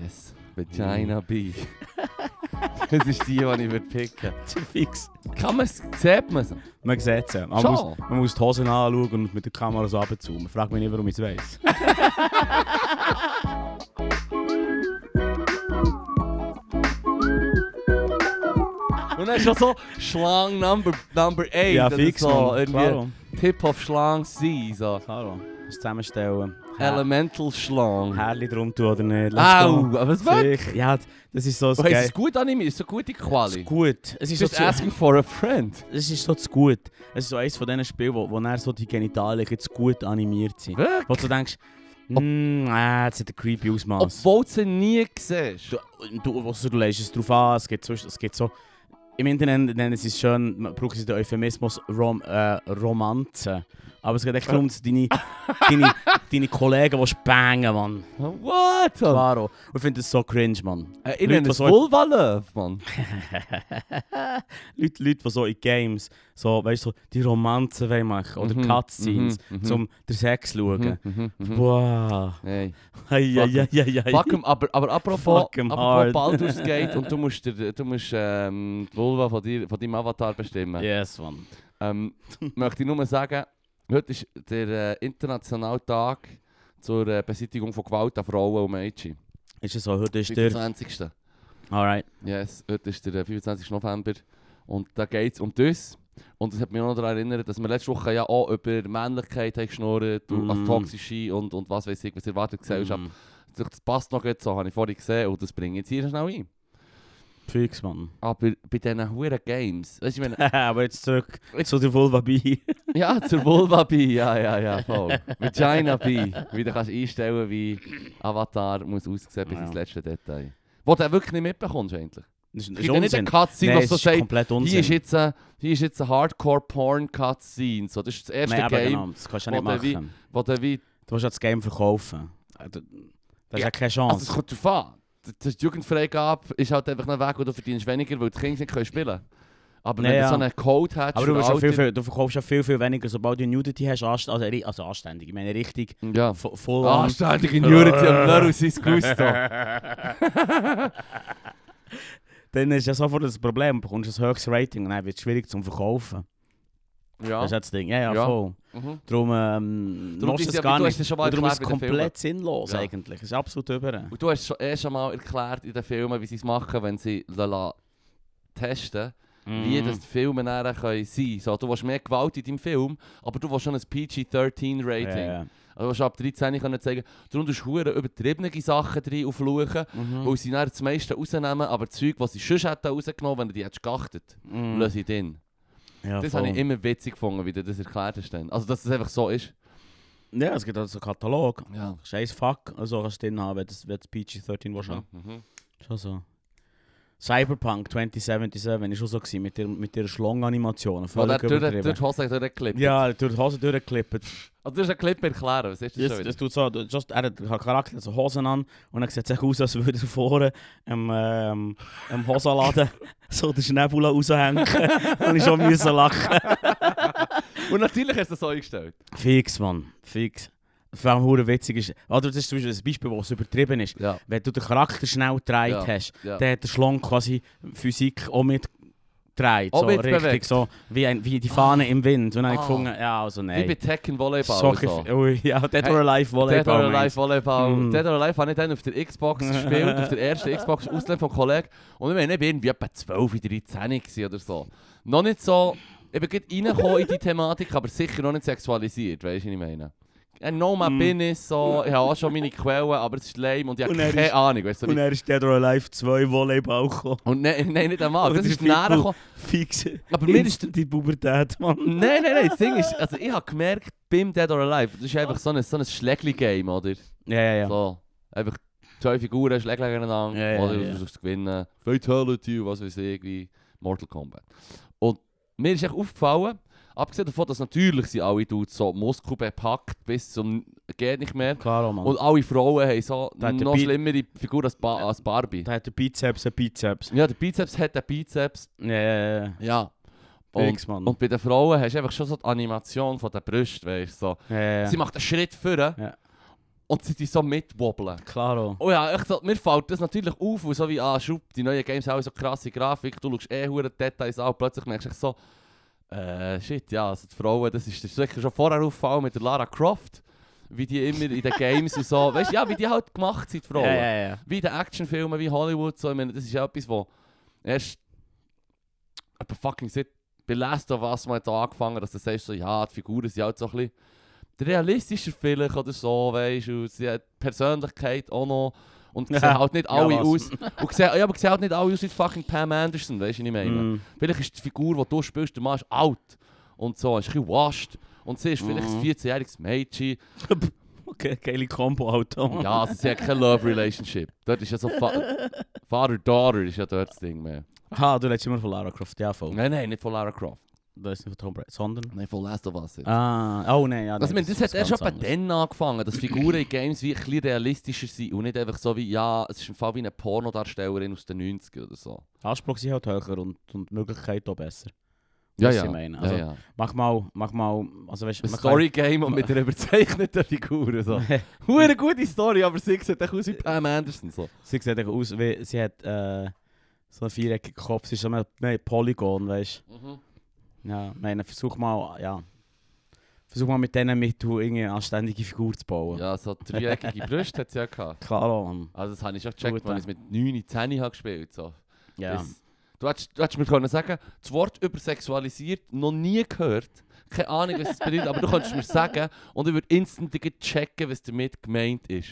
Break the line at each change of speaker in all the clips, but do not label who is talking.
Yes. Vagina B. das ist die, die ich würde picken.
Fix.
Kann man es, sieht man es?
Man sieht es. ja. Man
Schon?
muss, man muss die Hosen anschauen und mit der Kamera so abzoomen. Man fragt mich nicht, warum ich es weiss.
Und dann ist schon so Schlang Number, number 8.
ja, fix,
so,
Mann.
irgendwie
Klaro.
Tip of Schlang C. So.
Klaro. Das Zusammenstellen.
Elemental Schlang.
Herrli drum tun oder nicht. eh, Let's
Au,
go.
aber was war
Sicher. Ja, das ist so das
Oh, ist
Geil.
es gut animiert? Ist so gute
Es ist
Quali?
gut. Es ist, so
Just
zu,
asking for a friend.
es ist so zu gut. Es ist so eines von diesen Spielen, wo, wo dann so die Genitalien jetzt gut animiert sind.
Wirklich?
Wo du denkst, mm, äh, jetzt hat ein creepy Ausmaß.
Obwohl du sie nie siehst.
Du, du, also, du lässt es drauf an, es gibt, so, es gibt so... Im Internet nennen sie es schön, man braucht den Euphemismus Rom, äh, Romanze. Aber es geht echt darum, dass deine, deine, deine Kollegen willst bangen, Mann.
What? Äh,
Klaro. Und ich finde das so cringe, Mann.
Ich
Leute,
nenne
die
es
so-
Vulva Love, Mann.
Leute, Leute, die so in Games, so, weißt du, so die Romanzen wollen machen oder
Mhm,
Cutscenes,
mhm, mhm.
zum den Sex zu schauen.
Mhm, mhm.
Wow.
Hey.
Ei, ei, ei, ei, ei.
Fuck 'em, aber, aber apropos,
Fuck 'em
apropos
hard.
Baldur's Gate und du musst, dir, du musst ähm, die Vulva von, dir, von deinem Avatar bestimmen.
Yes, Mann.
Ähm, möchte ich nur sagen, heute ist der äh, internationale Tag zur äh, Beseitigung von Gewalt an Frauen und Mädchen.
Ist es so, heute ist der...
25.
Alright.
Yes, heute ist der äh, 25. November und da geht es um das. Und das hat mich auch noch daran erinnert, dass wir letzte Woche ja auch über Männlichkeit haben geschnurrt und
Mm.
als toxische und, und was weiß ich, was erwartet die Gesellschaft.
Mm.
Das passt noch gut so, habe ich vorhin gesehen und das bringe ich jetzt hier schnell ein.
Fix, Mann.
Aber bei diesen huren nou, Games, weißt du, ich meine,
Aber jetzt zurück zu der Vulva B.
Ja, zur Vulva Bee, ja, ja, ja, voll. Vagina Bee, wie du kannst einstellen, wie Avatar muss aussehen bis
Ja.
ins letzte Detail. Wo du wirklich nicht mitbekommst eigentlich.
Das
Es gibt ja nicht eine Cutscene,
Nein,
die
es
so
ist
sagt,
komplett Unsinn.
hier ist jetzt ein, hier ist jetzt ein Hardcore-Porn-Cutscene. So, das ist das erste
Nein, aber
Game,
genau, das kannst du ja nicht
wo der wie-
machen.
wo du wie...
Du musst ja das Game verkaufen. Äh, du- Das ist
Ja,
ja keine
Also es
Chance.
kommt drauf an. Die- Die Jugendfreigabe ist halt einfach ein Weg, wo du verdienst weniger, weil die Kinder nicht können spielen Aber wenn
Nein,
du
ja. Ah,
so einen Code hättest...
Aber du,
für
wirst ja viel,
Alter-
viel, du verkaufst ja viel, viel weniger, sobald du Dus Nudity hast, anst also, ri- also anständig. Ich meine, richtig
Ja.
fu- full on.
Anständige Nudity am Lörl sein Gusto.
Dann ist ja sofort das Problem, du bekommst ein höchstes Rating und dann wird es schwierig zum Verkaufen.
Ja.
Das ist ja das Ding. Ja, ja,
Ja.
voll.
Mhm.
Darum ähm,
Darum
machst
ist
du
ja-
es gar
du hast
nicht.
ja schon mal
Und Darum ist es
erklärt mit den
komplett sinnlos
Ja.
eigentlich. Es ist absolut über.
Und du hast schon erst einmal erklärt in den Filmen, wie sie es machen, wenn sie lala testen, Mm.
Mhm.
wie das die Filme nachher können sein so, Du willst mehr Gewalt in deinem Film, aber du willst schon ein PG-13-Rating.
Ja, ja.
Also du willst ab 13 können zeigen, darum tust du hure übertriebene Sachen drin und fluchen,
Mhm.
weil sie nachher das meiste rausnehmen, aber Zeug, was sie sonst hätten rausgenommen, wenn du die hättest geachtet,
Mhm.
lass ich drin.
Ja,
Das
voll.
habe ich immer witzig gefunden, wie du das erklärt hast. dann. Also, dass es einfach so ist.
Ja, es gibt also einen Katalog.
Ja.
Scheiß Fuck, also kannst du drin haben, wenn das, wenn das PG-13 war schon.
Mhm.
Schon so. Cyberpunk 2077 war schon so gewesen, mit der, mit der Schlangenanimation.
Wo der durch,
Völlig
durch
übertrieben.
die Hose durchgeklippt
Ja, durch die Hose durchgeklippt.
Also, du hast einen Clip erklären, was ist das
Das,
schon wieder?
das tut so, du- dus just, er hat einen Charakter, so Hosen an und dann sieht es echt aus, als würde er vorne am ähm, am Hosenladen so den Schnäbula raushängen. und ich schon müssen lachen.
Und natürlich hast du das so eingestellt.
Fix, Mann. Fix. Vor allem hure witzig ist. Oder das ist zum Beispiel ein Beispiel, wo es übertrieben ist.
Ja.
Wenn du den Charakter schnell gedreht
Ja,
hast,
ja.
dann hat der Schlong quasi Physik auch mit gedreht.
Auch
so
mit
richtig,
bewegt.
so wie, ein, wie die Fahne im Wind. Und dann habe
Ah.
ich gefunden, ja, also
Wie bei
nein.
Tekken Volleyball.
So,
so.
gef- Ui, ja, Dead or Alive Volleyball.
Dead or Alive
meinst
Volleyball.
Mm.
Dead or Alive habe ich dann auf der Xbox gespielt, auf der ersten Xbox, ausgelernt vom Kollegen. Und ich meine, ich war irgendwie etwa 12, 13 gewesen oder so. Noch nicht so, ich bin gerade reingekommen in die Thematik, aber sicher noch nicht sexualisiert, weißt du, was ich meine? I know my
Mm.
business, so, ich habe auch schon meine Quellen, aber es ist lame und ich habe
Und er
keine
ist-
Ahnung, weißt du.
Und
so wie-
er ist Dead or Alive 2 Volleyball gekommen.
Und nein, nein, nicht einmal,
Aber
das
der
ist
Pitbull-
näher gekommen.
Fix.
Aber mir ist
Instant die Pubertät, Mann.
Nein, nein, nein, das Ding ist, also ich habe gemerkt, beim Dead or Alive, dus das ist einfach so ein, so ein Schlägli-Game, oder?
Ja, ja, ja.
So, einfach zwei Figuren schlägeln gegeneinander,
Ja, ja,
oder du
ja.
versuchst zu gewinnen. dus Fatality, was weiß ich, wie Mortal Kombat. Und mir ist echt aufgefallen, abgesehen davon, dass natürlich sind alle Dudes so muskelbepackt bis zum geht nicht mehr.
Klar, Mann.
Und alle Frauen haben so
Da hat der
noch
Bi-
schlimmere Figur als, ba als Barbie.
da hat der Bizeps ein Bizeps.
Ja, der Bizeps hat den Bizeps,
Ja, ja, ja.
ja. Und,
Fix, Mann.
und bei den Frauen hast du einfach schon so die Animation von der Brust, weißt du, so.
Ja, ja, ja.
Sie macht einen Schritt vor.
Ja.
und sie die so mitwobbeln.
Klaro.
Oh ja, echt so, mir fällt das natürlich auf, weil so wie, ah, schub, die neuen Games haben so krasse Grafik, du schaust eh hure Details an und plötzlich merkst du echt so, äh, shit, ja, also die Frauen, das ist dir sicher schon vorher aufgefallen mit der Lara Croft, wie die immer in den Games und so, weißt du, ja, wie die halt gemacht sind, die Frauen.
Ja, ja, ja.
Wie in den Actionfilmen, wie Hollywood, so, ich meine, das ist ja etwas, wo erst etwa fucking seit bei Last of Us mal hat angefangen, dass du sagst, so, ja, die Figuren sind halt so ein bisschen realistischer vielleicht oder so, weißt du, und sie hat Persönlichkeit auch noch und
Ja.
sehen halt nicht
Ja,
alle
was?
aus, und sehen, ja, aber sehen halt nicht alle aus wie fucking Pam Anderson, weißt du, was ich meine?
Mm.
Vielleicht ist die Figur, die du spielst, der Mann ist alt und so, ist ein bisschen washed und sie ist vielleicht ein
Mhm.
14-jähriges Mädchen,
Okay, geile Combo Auto.
ja, also sie hat keine Love-Relationship, dort ist ja so Fa Father-Daughter ist ja dort das Ding mehr.
Ah, du redest immer von Lara Croft, ja voll.
Nein, nein, nicht von Lara Croft,
Da ist nicht von Tom Brady, sondern...
nein, von Last of Us jetzt.
Ah, oh nein, ja,
Also, ich
nein,
meine, das, hat
ist
erst
ganz
etwa
anders.
dann angefangen, dass Figuren in Games wie ein bisschen realistischer sind und nicht einfach so wie, ja, es ist im Fall wie eine Pornodarstellerin aus den 90ern oder so.
Anspruch sind halt höher und, und die Möglichkeit auch besser.
Ja,
Was
ja.
ich meine,
ja,
also-
ja.
Mach mal, mach mal, also weißt
Ein
man
Story-Game und mit einer überzeichneten Figur. So.
Kann,
Eine gute Story, aber sie sieht echt aus wie Pam Anderson. So.
sie sieht echt aus wie, sie hat äh, so einen viereckigen Kopf, sie ist so ein ein Polygon, weißt
Mhm.
du. Ja, ich meine, versuch mal, ja. Versuch mal mit denen mit du irgendwie eine anständige Figur zu bauen.
Ja, so dreieckige Brüste hat sie ja gehabt.
Klar, Mann.
Also, das habe ich schon gecheckt,
Gut,
als
ja.
ich es mit 9, 10 habe gespielt so.
Ja.
Das- Du hättest, du hättest mir können sagen das Wort übersexualisiert noch nie gehört. Keine Ahnung, was es bedeutet, aber du könntest mir sagen und ich würde instant gleich checken, was damit gemeint ist.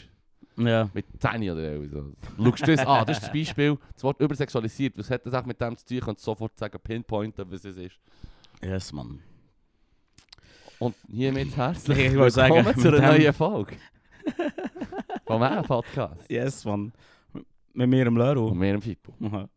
Ja.
Mit 10 oder so. Schaust du das an? Das ist das Beispiel, das Wort übersexualisiert. Was hat das auch mit dem zu tun? Ich könnte sofort sagen, pinpointen, was es ist.
Yes, Mann.
Und hiermit herzlich
Ich
willkommen
wollte sagen,
zu
mit
einer
dem-
neuen Folge. Vom meinem Podcast.
Yes, Mann. Mit mir im
Und
Lero.
mir im Fippo.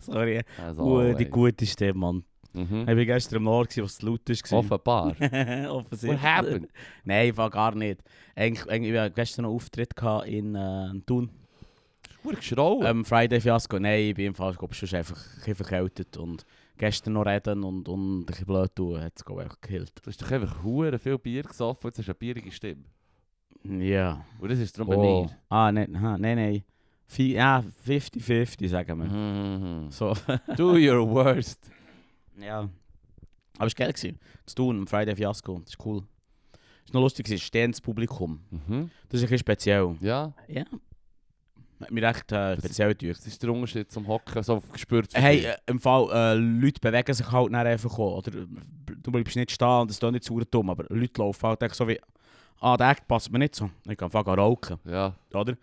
Sorry.
Also,
Uh, die
always.
gute Stimme, Mann.
Mhm.
Ich war gestern am Nord, was es laut war.
Offenbar.
Offensichtlich.
What happened?
Nein, war gar nicht. Eigentlich, eigentlich, ich hatte gestern einen Auftritt gehabt in äh, Thun.
Hure geschrauen.
Ähm, Friday Fiasco. Nein, ich bin im Fall, glaube ich, sonst einfach ein bisschen verkältet. Und gestern noch reden und, und ein bisschen blöd tun, hat es, glaube ich, einfach gekillt.
Du hast doch einfach hure viel Bier gesoffen, jetzt hast du eine bierige Stimme.
Ja.
Und das ist darum
Oh.
bei
Ah, nein, aha, nein, nein. Fi- Ja, 50-50, sagen
Mhm.
wir.
mir.
So.
Do your worst.
Ja. Aber es war geil. gewesen. Zu tun, am Friday Fiasco. Das ist cool. Es war noch lustig, gewesen, stehendes Publikum.
Mhm.
Das ist ein bisschen speziell.
Ja,
Ja. Hat mich recht äh,
Das-
speziell gedacht.
das ist der Unterschied zum Hocken, so gespürt. von
Hey,
dir.
äh, im Fall, äh, Leute bewegen sich halt nicht einfach auch, oder äh, du bleibst nicht stehen, das ist nicht zu dumm, aber Leute laufen halt echt so wie, ah, der Act passt mir nicht so, ich kann anfangen zu rauchen,
Ja.
oder?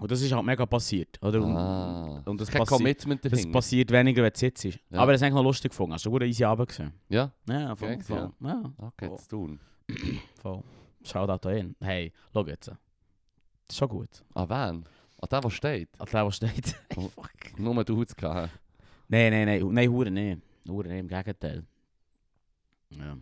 Und das ist halt mega passiert, oder? Und-
Ah.
Und das,
Kein
passi
Commitment
das
dahinter.
passiert weniger, wenn du sitzt. ist.
Ja.
Aber das ist eigentlich noch lustig gefunden, hast du gut easy Abend gesehen?
Ja,
Ja, voll,
Geil,
voll. Ja,
okay,
Oh.
zu tun.
voll. Schau da hin. Hey, eh, schau jetzt. Das ist schon gut.
An wen? An den, der steht?
An der, was steht.
Oh.
Fuck.
Nur du hast es
Nein, nein, nein, nein, Hure nicht. Hure nicht, im Gegenteil. Ja.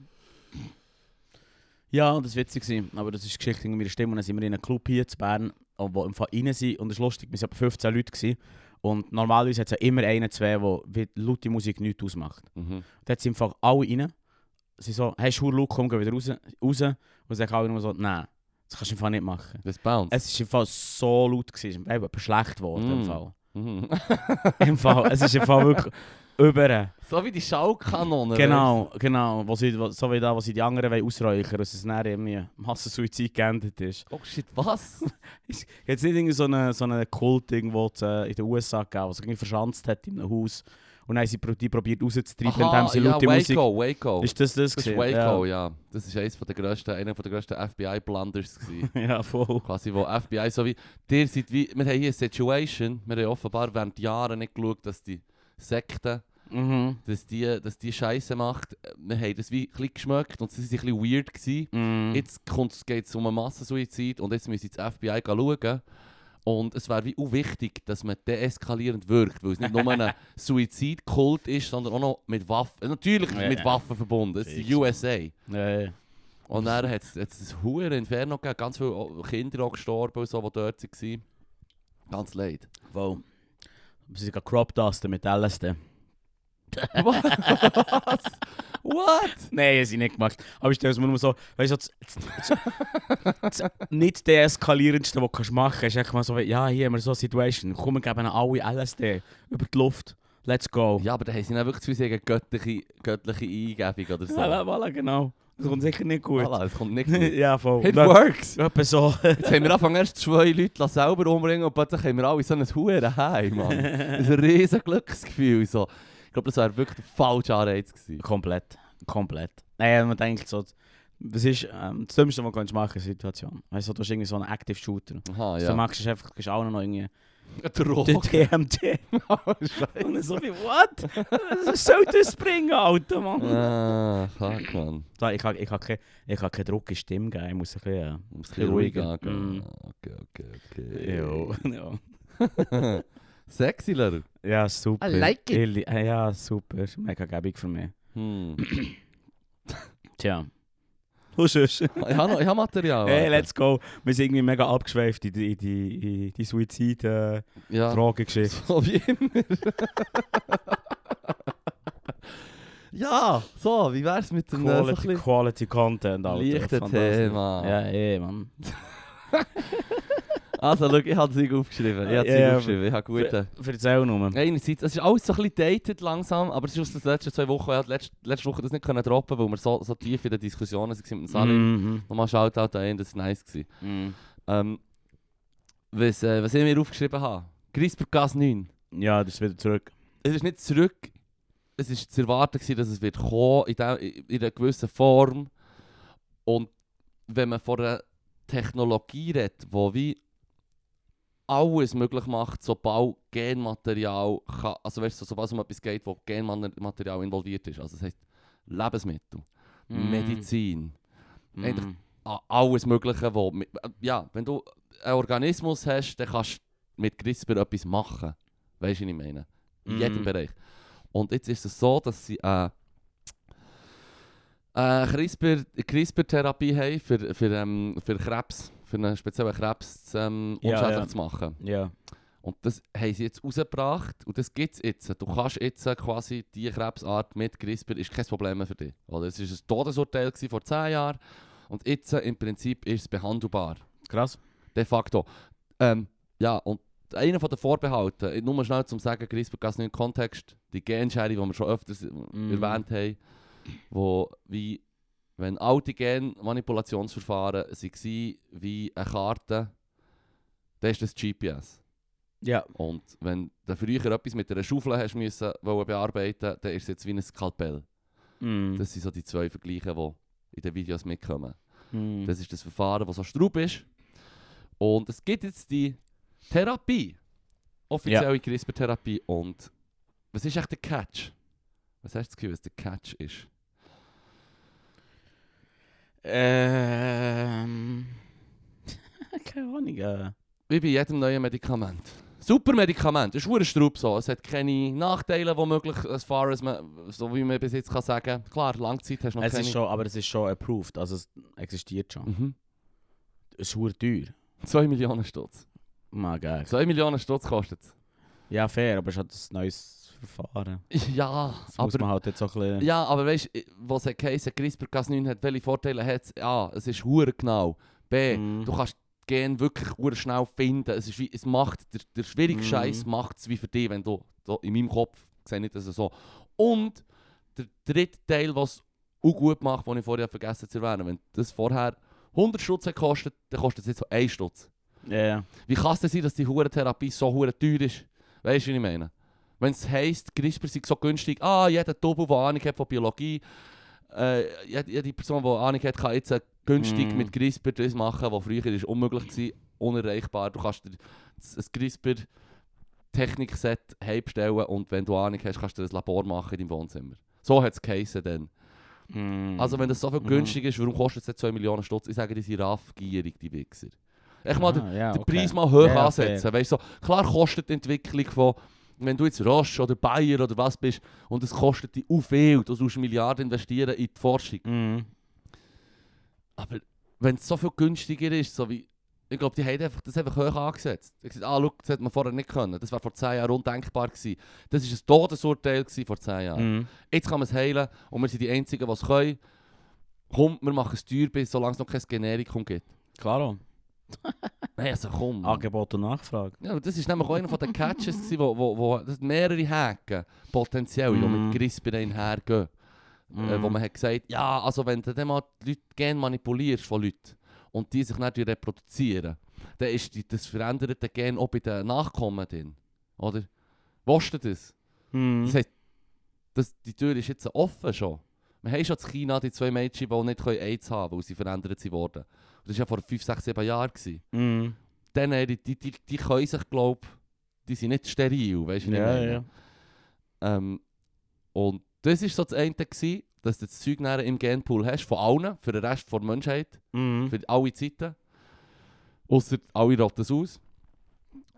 Ja, das war witzig, gewesen, aber das ist die Geschichte in meiner Stimme. Und dann sind wir in einem Club hier zu Bern, wo im Fall rein sind. Und es ist lustig, wir waren etwa 15 Leute. Gewesen. Und normalerweise hat es ja immer einen, zwei, der laute Musik nichts ausmacht.
Mhm.
Dort sind einfach alle rein. Sie so, hey, schau, Luke, komm, geh wieder raus. raus. Und sagen alle nur so, nein, das kannst du im Fall nicht machen.
Das Bounce.
Es war im Fall so laut, gewesen. es ist eben schlecht geworden.
Mm.
Im Fall.
Mhm.
Im Fall, es ist im Fall wirklich über.
so wie die Schallkanone.
Genau, genau. Was ich, was, so wie da, was ich die anderen wollen ausräuchern dass es dann irgendwie Massensuizid geendet ist.
weißt du? Oh shit, was?
Jetzt nicht irgendwie so einen so eine Kult irgendwo zu, in den USA gegeben, was irgendwie verschanzt hat in einem Haus. Und dann haben sie pro- die probiert rauszutreiben, indem sie
ja,
laute Musik...
Waco, Waco.
Ist das das?
Das ist
gewesen?
Waco, ja. Das ist eines von der grössten, einer der grössten FBI-Blunders. gewesen.
Ja. ja, voll.
Quasi, wo FBI so wie, ihr seid wie, wir haben hier eine Situation, wir haben offenbar während Jahren nicht geschaut, dass die Sekte,
Mhm.
dass die, dass die Scheiße macht. Wir haben das wie ein bisschen geschmeckt und sie sind ein bisschen weird gewesen.
Mhm.
Jetzt geht es um einen Massensuizid und jetzt müssen sie das FBI schauen. Und es wäre wie auch wichtig, dass man deeskalierend wirkt, weil es nicht nur ein Suizidkult ist, sondern auch noch mit Waffen, natürlich
Ja,
mit
ja.
Waffen verbunden, es ist die
Fix.
USA.
Ja, ja.
Und dann hat es ein hohes Inferno gegeben, ganz viele auch Kinder auch gestorben, und so, die dort waren. Ganz leid.
Voll. Sie sind gerade crop dusten mit LSD.
Was? What?
Nein, das habe ich nicht gemacht. Aber ich stelle es mir nur so, weißt du, das, das, das, das nicht deeskalierendste, was du machen kannst, ist einfach mal so, ja, hier haben wir so eine Situation, komm, wir geben ihnen alle LSD über die Luft, let's go.
Ja, aber da haben sie dann wirklich zu sagen, göttliche, göttliche Eingebung oder so.
voilà, voilà, genau. Das kommt sicher nicht gut.
Voilà, das kommt nicht gut.
ja, voll.
It
Dann-
works!
Etwa so.
Jetzt haben wir angefangen, erst zwei Leute selber umbringen und plötzlich haben wir alle so ein Huren heim, Mann. Das ist ein riesen Glücksgefühl. So. Ich glaube, das wäre wirklich der falsche Anreiz gewesen.
komplett, komplett. Nein, man denkt so, das ist ähm, das Dümmste, was du machen kannst in der Situation. Weißt du, du hast irgendwie so einen Active Shooter.
Aha,
Was
ja.
du machst, ist einfach, du auch noch irgendwie
Droge.
den TMT. Und dann so wie, what? Was soll das bringen, Alter, Mann?
ah, fuck, Mann.
Da, ich habe ich hab keinen hab kein Druck in die Stimme geben, ich muss ein bisschen...
Muss ein bisschen ruhig
Ruhiger.
angehen.
Mm.
Ah, Okay, okay,
Äh,
okay.
jo, ja.
Sexy, Lehrer.
ja, super.
I like it.
Ich li- äh, ja, super. Mega gäbig für mich. Hmm.
Hm.
Tja. Was ist?
Ich habe noch- ich habe Material.
Hey,
Alter.
let's go. Wir sind irgendwie mega abgeschweift in die, in die, in die eh, Suizid-Drogengeschichte.
Ja. So wie immer. ja, so, wie wär's mit dem äh, so ein
Quality,
bisschen
Quality Content, Alter.
leichten
Fantastisch.
Thema?
Ja, eh, Mann.
Also, schau, ich habe es aufgeschrieben. Ich habe
Ja,
es
ja,
aufgeschrieben. Ich habe gute.
Ver erzähl nur.
Einerseits, es ist alles so ein bisschen dated langsam, aber es ist aus den letzten zwei Wochen, ich habe letzte, letzte Woche das nicht können droppen, weil wir so, so tief in den Diskussionen waren mit Salim.
Mhm.
Nochmal Shoutout an ihn, das war nice. Gewesen.
Mhm.
Ähm, was, äh, was ich mir aufgeschrieben habe? CRISPR Gas 9.
Ja, dus das ist wieder zurück.
es ist nicht zurück. Es ist zu erwarten, gewesen, dass es wird kommen in, der, in einer gewissen Form. Und wenn man von einer Technologie redet, die wie alles möglich macht, sobald Genmaterial kann, also weißt du, sobald es um etwas geht, wo Genmaterial involviert ist. Also das heisst Lebensmittel,
Mm.
Medizin,
Mhm.
Eigentlich- a- alles Mögliche, wo mit, ja, wenn du einen Organismus hast, dann kannst du mit CRISPR etwas machen. Weißt du, was ich meine? In jedem
Mhm.
Bereich. Und jetzt ist es so, dass sie äh, äh, CRISPR, CRISPR-Therapie haben für, für, ähm, für Krebs, für einen speziellen Krebs ähm,
Ja,
unschädlich
ja.
zu machen.
Ja.
Und das haben sie jetzt rausgebracht und das gibt es jetzt. Du kannst jetzt quasi diese Krebsart mit CRISPR, ist kein Problem mehr für dich. Oder es war ein Todesurteil gewesen vor 10 Jahren und jetzt äh, im Prinzip ist es behandelbar.
Krass.
De facto. Ähm, ja, und einer von den Vorbehalten, eh, nur schnell zum Sagen, CRISPR-Cas nicht im Kontext, die Genschere, die wir schon öfters äh,
Mhm.
erwähnt haben, wo wie, wenn alte Genmanipulationsverfahren waren, wie eine Karte, dann ist das GPS.
Ja.
Und wenn du früher etwas mit einer Schaufel hast müssen, wollen bearbeiten, dann ist es jetzt wie ein Skalpell.
Mhm.
Das sind so die zwei Vergleiche, die in den Videos mitkommen.
Mhm.
Das ist das Verfahren, das so straub ist. Und es gibt jetzt die Therapie. Offizielle CRISPR-Therapie. Und was ist echt der Catch? Was hast du das Gefühl, was der Catch ist?
Ähm. Keine Ahnung. Äh.
Wie bei jedem neuen Medikament. Super Medikament, das ist ein Straub so. Es hat keine Nachteile, die möglich as far as man, so wie man bis jetzt kann sagen. Klar, Langzeit hast du noch
Es
keine.
ist schon, aber es ist schon approved, also es existiert schon.
mhm.
Es ist hure teuer.
2 Millionen Stutz.
Mal geil.
2 Millionen Stutz kostet es.
Ja, fair, aber es hat ein neues Verfahren.
Ja,
Das muss
aber
man halt jetzt so ein bisschen...
Ja, aber weißt du, was hat geheißen, CRISPR-Cas9 hat, welche Vorteile hat es? A, es ist hure genau. B,
Mhm.
du kannst die Gen wirklich hure schnell finden. Es, ist wie, es macht, der, der schwierige
Mhm.
Scheiß macht es wie für dich, wenn du, so in meinem Kopf, ich sehe nicht, dass es so. Und der dritte Teil, was auch gut macht, den ich vorher vergessen zu erwähnen, wenn das vorher 100 Stutz hat gekostet, dann kostet es jetzt so 1 Stutz.
Ja, ja.
Wie kann es denn sein, dass die Hurentherapie so hure teuer ist? Weißt du, was ich meine? Wenn es heisst, CRISPR sei so günstig, ah, jeder Double, der Ahnung hat von Biologie, äh, jede, jede Person, die Ahnung hat, kann jetzt äh, günstig
Mm.
mit CRISPR das machen, was früher ist unmöglich war, unerreichbar. Du kannst dir das- ein CRISPR Technikset heimstellen und wenn du Ahnung hast, kannst du dir ein Labor machen in deinem Wohnzimmer. So hat es geheissen dann.
Mhm.
Also wenn das so viel
Mhm.
günstiger ist, warum kostet es jetzt 2 Millionen Stutz? Ich sage, die sind raffgierig, die Wichser. Echt mal, der-
Ah, ja,
den
okay.
Preis mal hoch
Ja,
ansetzen. Weißt, so, klar kostet die Entwicklung von, wenn du jetzt Roche oder Bayer oder was bist, und es kostet dich auch viel, du sollst Milliarden investieren in die Forschung.
Mhm.
Aber wenn es so viel günstiger ist, so wie Ich glaube, die haben einfach, das einfach hoch angesetzt. Ich gesagt, ah, schau, das hätte man vorher nicht können. Das war vor 10 Jahren undenkbar gewesen. Das war ein Todesurteil gewesen vor 10 Jahren.
Mhm.
Jetzt kann man es heilen und wir sind die Einzigen, die es können. Komm, wir machen es teuer, bis solange es noch kein Generikum gibt.
Klaro.
Nein, also komm.
Angebot und Nachfrage.
Ja, aber das war nämlich auch einer der Catches, gewesen, wo, wo, wo das sind mehrere Haken potenziell die
Mhm.
mit Crispin einhergehen. Äh, wo man hat gesagt ja, also wenn du dann mal die Leute gerne manipulierst von Leuten und die sich nicht reproduzieren, dann ist die, das veränderte Gen auch bei den Nachkommen drin. Oder? Weißt du das?
Mhm.
Das heisst, das, die Tür ist jetzt offen schon. Wir haben schon in China die zwei Mädchen, die nicht können AIDS haben können, weil sie verändert sie wurden. Und Das war ja vor 5, 6, 7 Jahren. Gewesen
Mhm.
dann, äh, die, die, die, die können sich, glaube die sind nicht steril, weißt du, wie ich
Ja,
meine?
ja.
Ähm, und das war so das eine, gewesen, dass du das Zeug nachher im Genpool hast, von allen, für den Rest der Menschheit,
Mhm.
für alle Zeiten. Außer alle rotten es aus.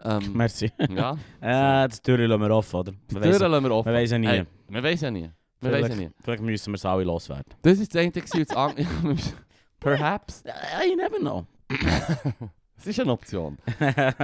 Ähm,
Merci.
ja,
Äh, die Tür lassen wir offen, oder?
die
Wir
Türen
wissen-
lassen wir
wir
offen.
wissen nie.
Ey, Wir wissen ja nie. Wir wissen ja nie.
vielleicht, vielleicht müssen wir es alle loswerden.
Das war das eine, gewesen, und das andere... Perhaps.
I never know.
Das ist eine Option.
das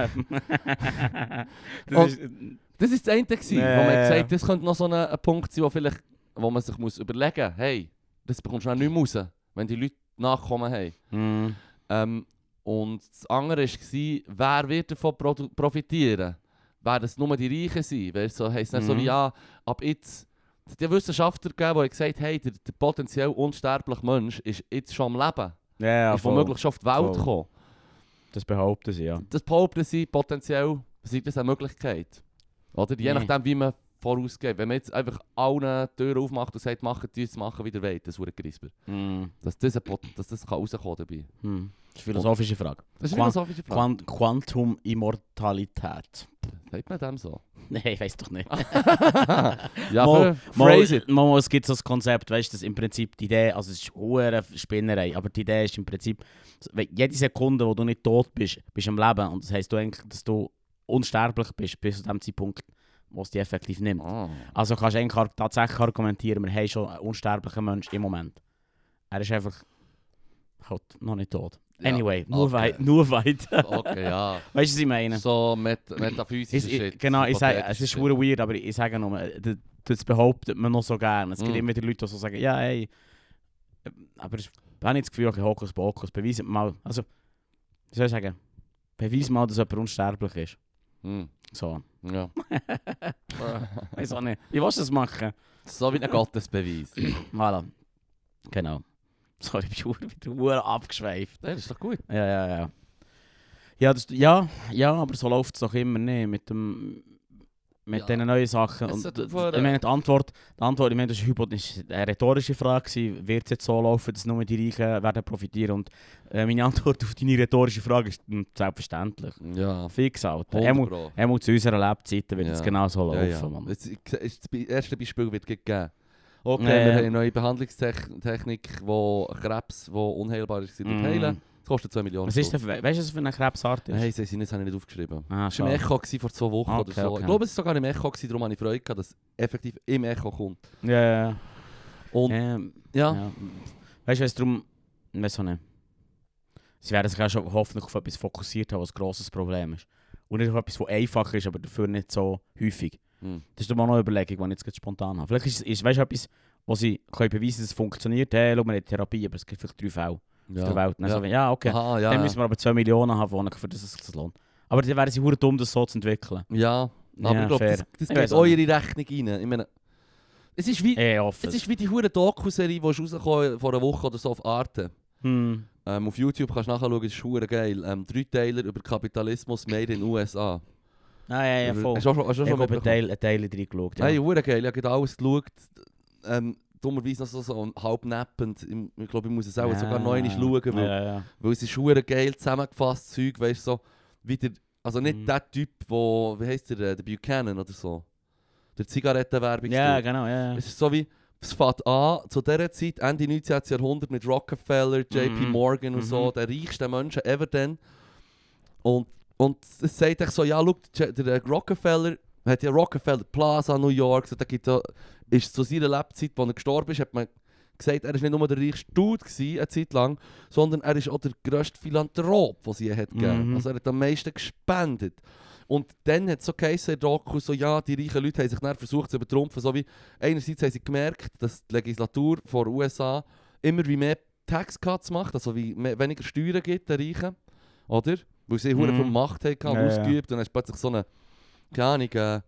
Und-
ist, äh,
Das war das eine, gewesen,
Ja,
wo man
ja, ja.
gesagt hat, das könnte noch so ein, ein Punkt sein, wo, vielleicht, wo man sich muss überlegen muss, hey, das bekommst du auch nicht mehr raus, wenn die Leute nachkommen haben.
Mhm.
Ähm, und das andere war, wer wird davon produ- profitieren? Werden es nur die Reichen sein? Weißt, so heisst es nicht so
Mhm.
wie, ah, ja, ab jetzt... Es hat ja Wissenschaftler gegeben, die gesagt haben, hey, der, der potenziell unsterbliche Mensch ist jetzt schon am Leben.
Ja, ja,
ist
voll.
womöglich schon auf die Welt
Voll.
gekommen.
Das behaupten sie, ja.
Das behaupten sie potenziell, sei das eine Möglichkeit. Oder? Je
Nee.
nachdem, wie man vorausgeht. Wenn man jetzt einfach alle Türen aufmacht und sagt, machen die es, machen wieder weit, das wurde Grisper.
Mhm.
Dass das, ein Pot- dass das kann rauskommen dabei.
Mhm. Das ist eine philosophische Frage.
Das ist eine
Quan-
philosophische Frage.
Quan- Quantum Immortalität.
Sagt man dem so?
Nein, ich weiß doch nicht.
Ja,
Mal-
aber
Mal,
phrase it.
mal, mal, es gibt so das Konzept, weißt du, dass im Prinzip die Idee, also es ist hure Spinnerei, aber die Idee ist im Prinzip, we- jede Sekunde, wo du nicht tot bist, bist du am Leben und das heisst du eigentlich, dass du unsterblich bist bis zu dem Zeitpunkt, wo es dich effektiv nimmt.
Ah.
Also kannst du eigentlich ar- tatsächlich argumentieren, wir haben schon einen unsterblichen Mensch im Moment. Er ist einfach halt noch nicht tot.
Ja,
Anyway, nur
okay.
weit, nur weit.
Okay, ja.
weißt du, was ich meine?
So met metaphysische
Ich- ich-
Shit.
genau, ich sage, es ist
hypothetische
schwer weird, aber ich sage nur, äh, d- das behauptet man noch so gerne. Es gibt
Mm.
immer die Leute, die so sagen, ja, ey, äh, aber ich habe nicht das Gefühl, okay, Hokus Pokus, beweis mal, also, wie soll ich sagen, beweis mal, dass jemand unsterblich ist.
Shit. Hm,
So,
Ja.
weiß auch nicht. Ich will das machen.
so wie ein Gottesbeweis.
Voilà. Genau. Sorry, ich bin wieder hure abgeschweift.
Das ist doch gut.
Ja, ja, ja. Ja, das, ja, ja, aber so läuft es doch immer nicht mit dem mit
Ja.
diesen neuen Sachen.
Es
Und,
hat
d- d- ich
vor-
meine, die Antwort, die Antwort ich meine, das war hypo- das war eine rhetorische Frage. gewesen. Wird es jetzt so laufen, dass nur die Reichen werden profitieren? Und äh, meine Antwort auf deine rhetorische Frage ist hm, selbstverständlich.
Ja.
Fix, Alter.
100
Einmal-
Pro.
Einmal zu unserer Lebzeiten wird
Ja.
es genau so laufen, Mann.
Jetzt, ich- ist das Be- erste Beispiel wird gegeben. Okay,
Ja,
wir
ja.
haben eine neue Behandlungstechnik, wo Krebs, wo unheilbar ist, wird
Mhm.
heilen. Das kostet 2 Millionen.
Was ist
Stutz.
denn, we- weißt du, was für eine Krebsart ist?
Hey, sie sind das habe ich nicht aufgeschrieben.
Ah,
Das war im
schade.
Echo gewesen, vor zwei Wochen
Okay,
oder so.
okay.
Ich glaube, es war sogar im Echo, gewesen, darum habe ich Freude gehabt, dass es effektiv im Echo kommt.
Ja, ja, ja.
Und
Ähm,
ja,
Ja. Weißt du, es darum. Weiß auch nicht. Sie werden sich auch schon hoffentlich auf etwas fokussiert haben, was ein grosses Problem ist. Und nicht auf etwas, was einfach ist, aber dafür nicht so häufig.
Hm.
Das ist doch mal noch eine Überlegung, die ich jetzt gerade spontan habe. Vielleicht ist, ist weißt du, etwas, wo sie können beweisen dass es funktioniert. Hey, schau, wir haben Therapie, aber es gibt vielleicht drei Fälle
ja.
auf der Welt. Und Dann
Ja.
ja. ja, okay.
Aha, ja.
dann
ja.
müssen wir aber 2 Millionen haben, die ich- für das es sich das lohnt. Aber dann wären sie hure dumm, das so zu entwickeln.
ja. Nou, Aber
Ja,
ich glaube,
fair.
das, das
Ich
geht
weiß auch
eure Rechnung rein. Ich meine, es ist wie,
Eh, offen.
es ist wie die hure Doku-Serie, die ist rausgekommen vor einer Woche oder so auf Arte.
Hm.
Ähm, auf YouTube kannst du nachschauen, ist schwer geil. Ähm, drei Teiler über Kapitalismus made in USA.
Ah, ja, ja,
Über-
voll.
Hast du auch schon, hast du auch schon
Ich habe einen
mitbekommen?
Teil, einen Teil reingeschaut. Ja.
Hey, hure geil. Ich habe gerade alles geschaut. Ähm, dummerweise noch so, so halb neppend. Ich- Ich glaube, ich muss es auch sogar noch einmal schauen, weil,
Ja, ja.
weil es ist hure geil zusammengefasst, Zeug, weißt du, so wie der, also nicht
Mhm.
der Typ, wo, wie heißt der, äh, der Buchanan oder so. Der Zigarettenwerbung.
Ja, genau, ja. ja.
Es ist so wie, es fängt an, zu dieser Zeit, Ende 19. Jahrhundert, mit Rockefeller, JP
Mhm.
Morgan und so,
Mhm.
der reichsten Menschen ever then. Und, und es sagt echt so, ja, schau, der, der äh, Rockefeller hat ja Rockefeller Plaza New York, so, da gibt ja, ist zu seiner Lebzeit, als er gestorben ist, hat man gesagt, er war nicht nur der reichste Dude gewesen, eine Zeit lang, sondern er ist auch der grösste Philanthrop, den es je hat gegeben
Mhm.
Also er hat am meisten gespendet. Und dann hat es so geheißen, in Doku, so, ja, die reichen Leute haben sich dann versucht zu übertrumpfen. So wie, einerseits haben sie gemerkt, dass die Legislatur von den USA immer wie mehr Tax Cuts macht, also wie mehr, weniger Steuern gibt den Reichen, oder? Weil sie
Mhm.
mhm. viel Macht hatten,
Ja, ja.
ausgeübt und dann hast du plötzlich so einen, keine Ahnung, äh,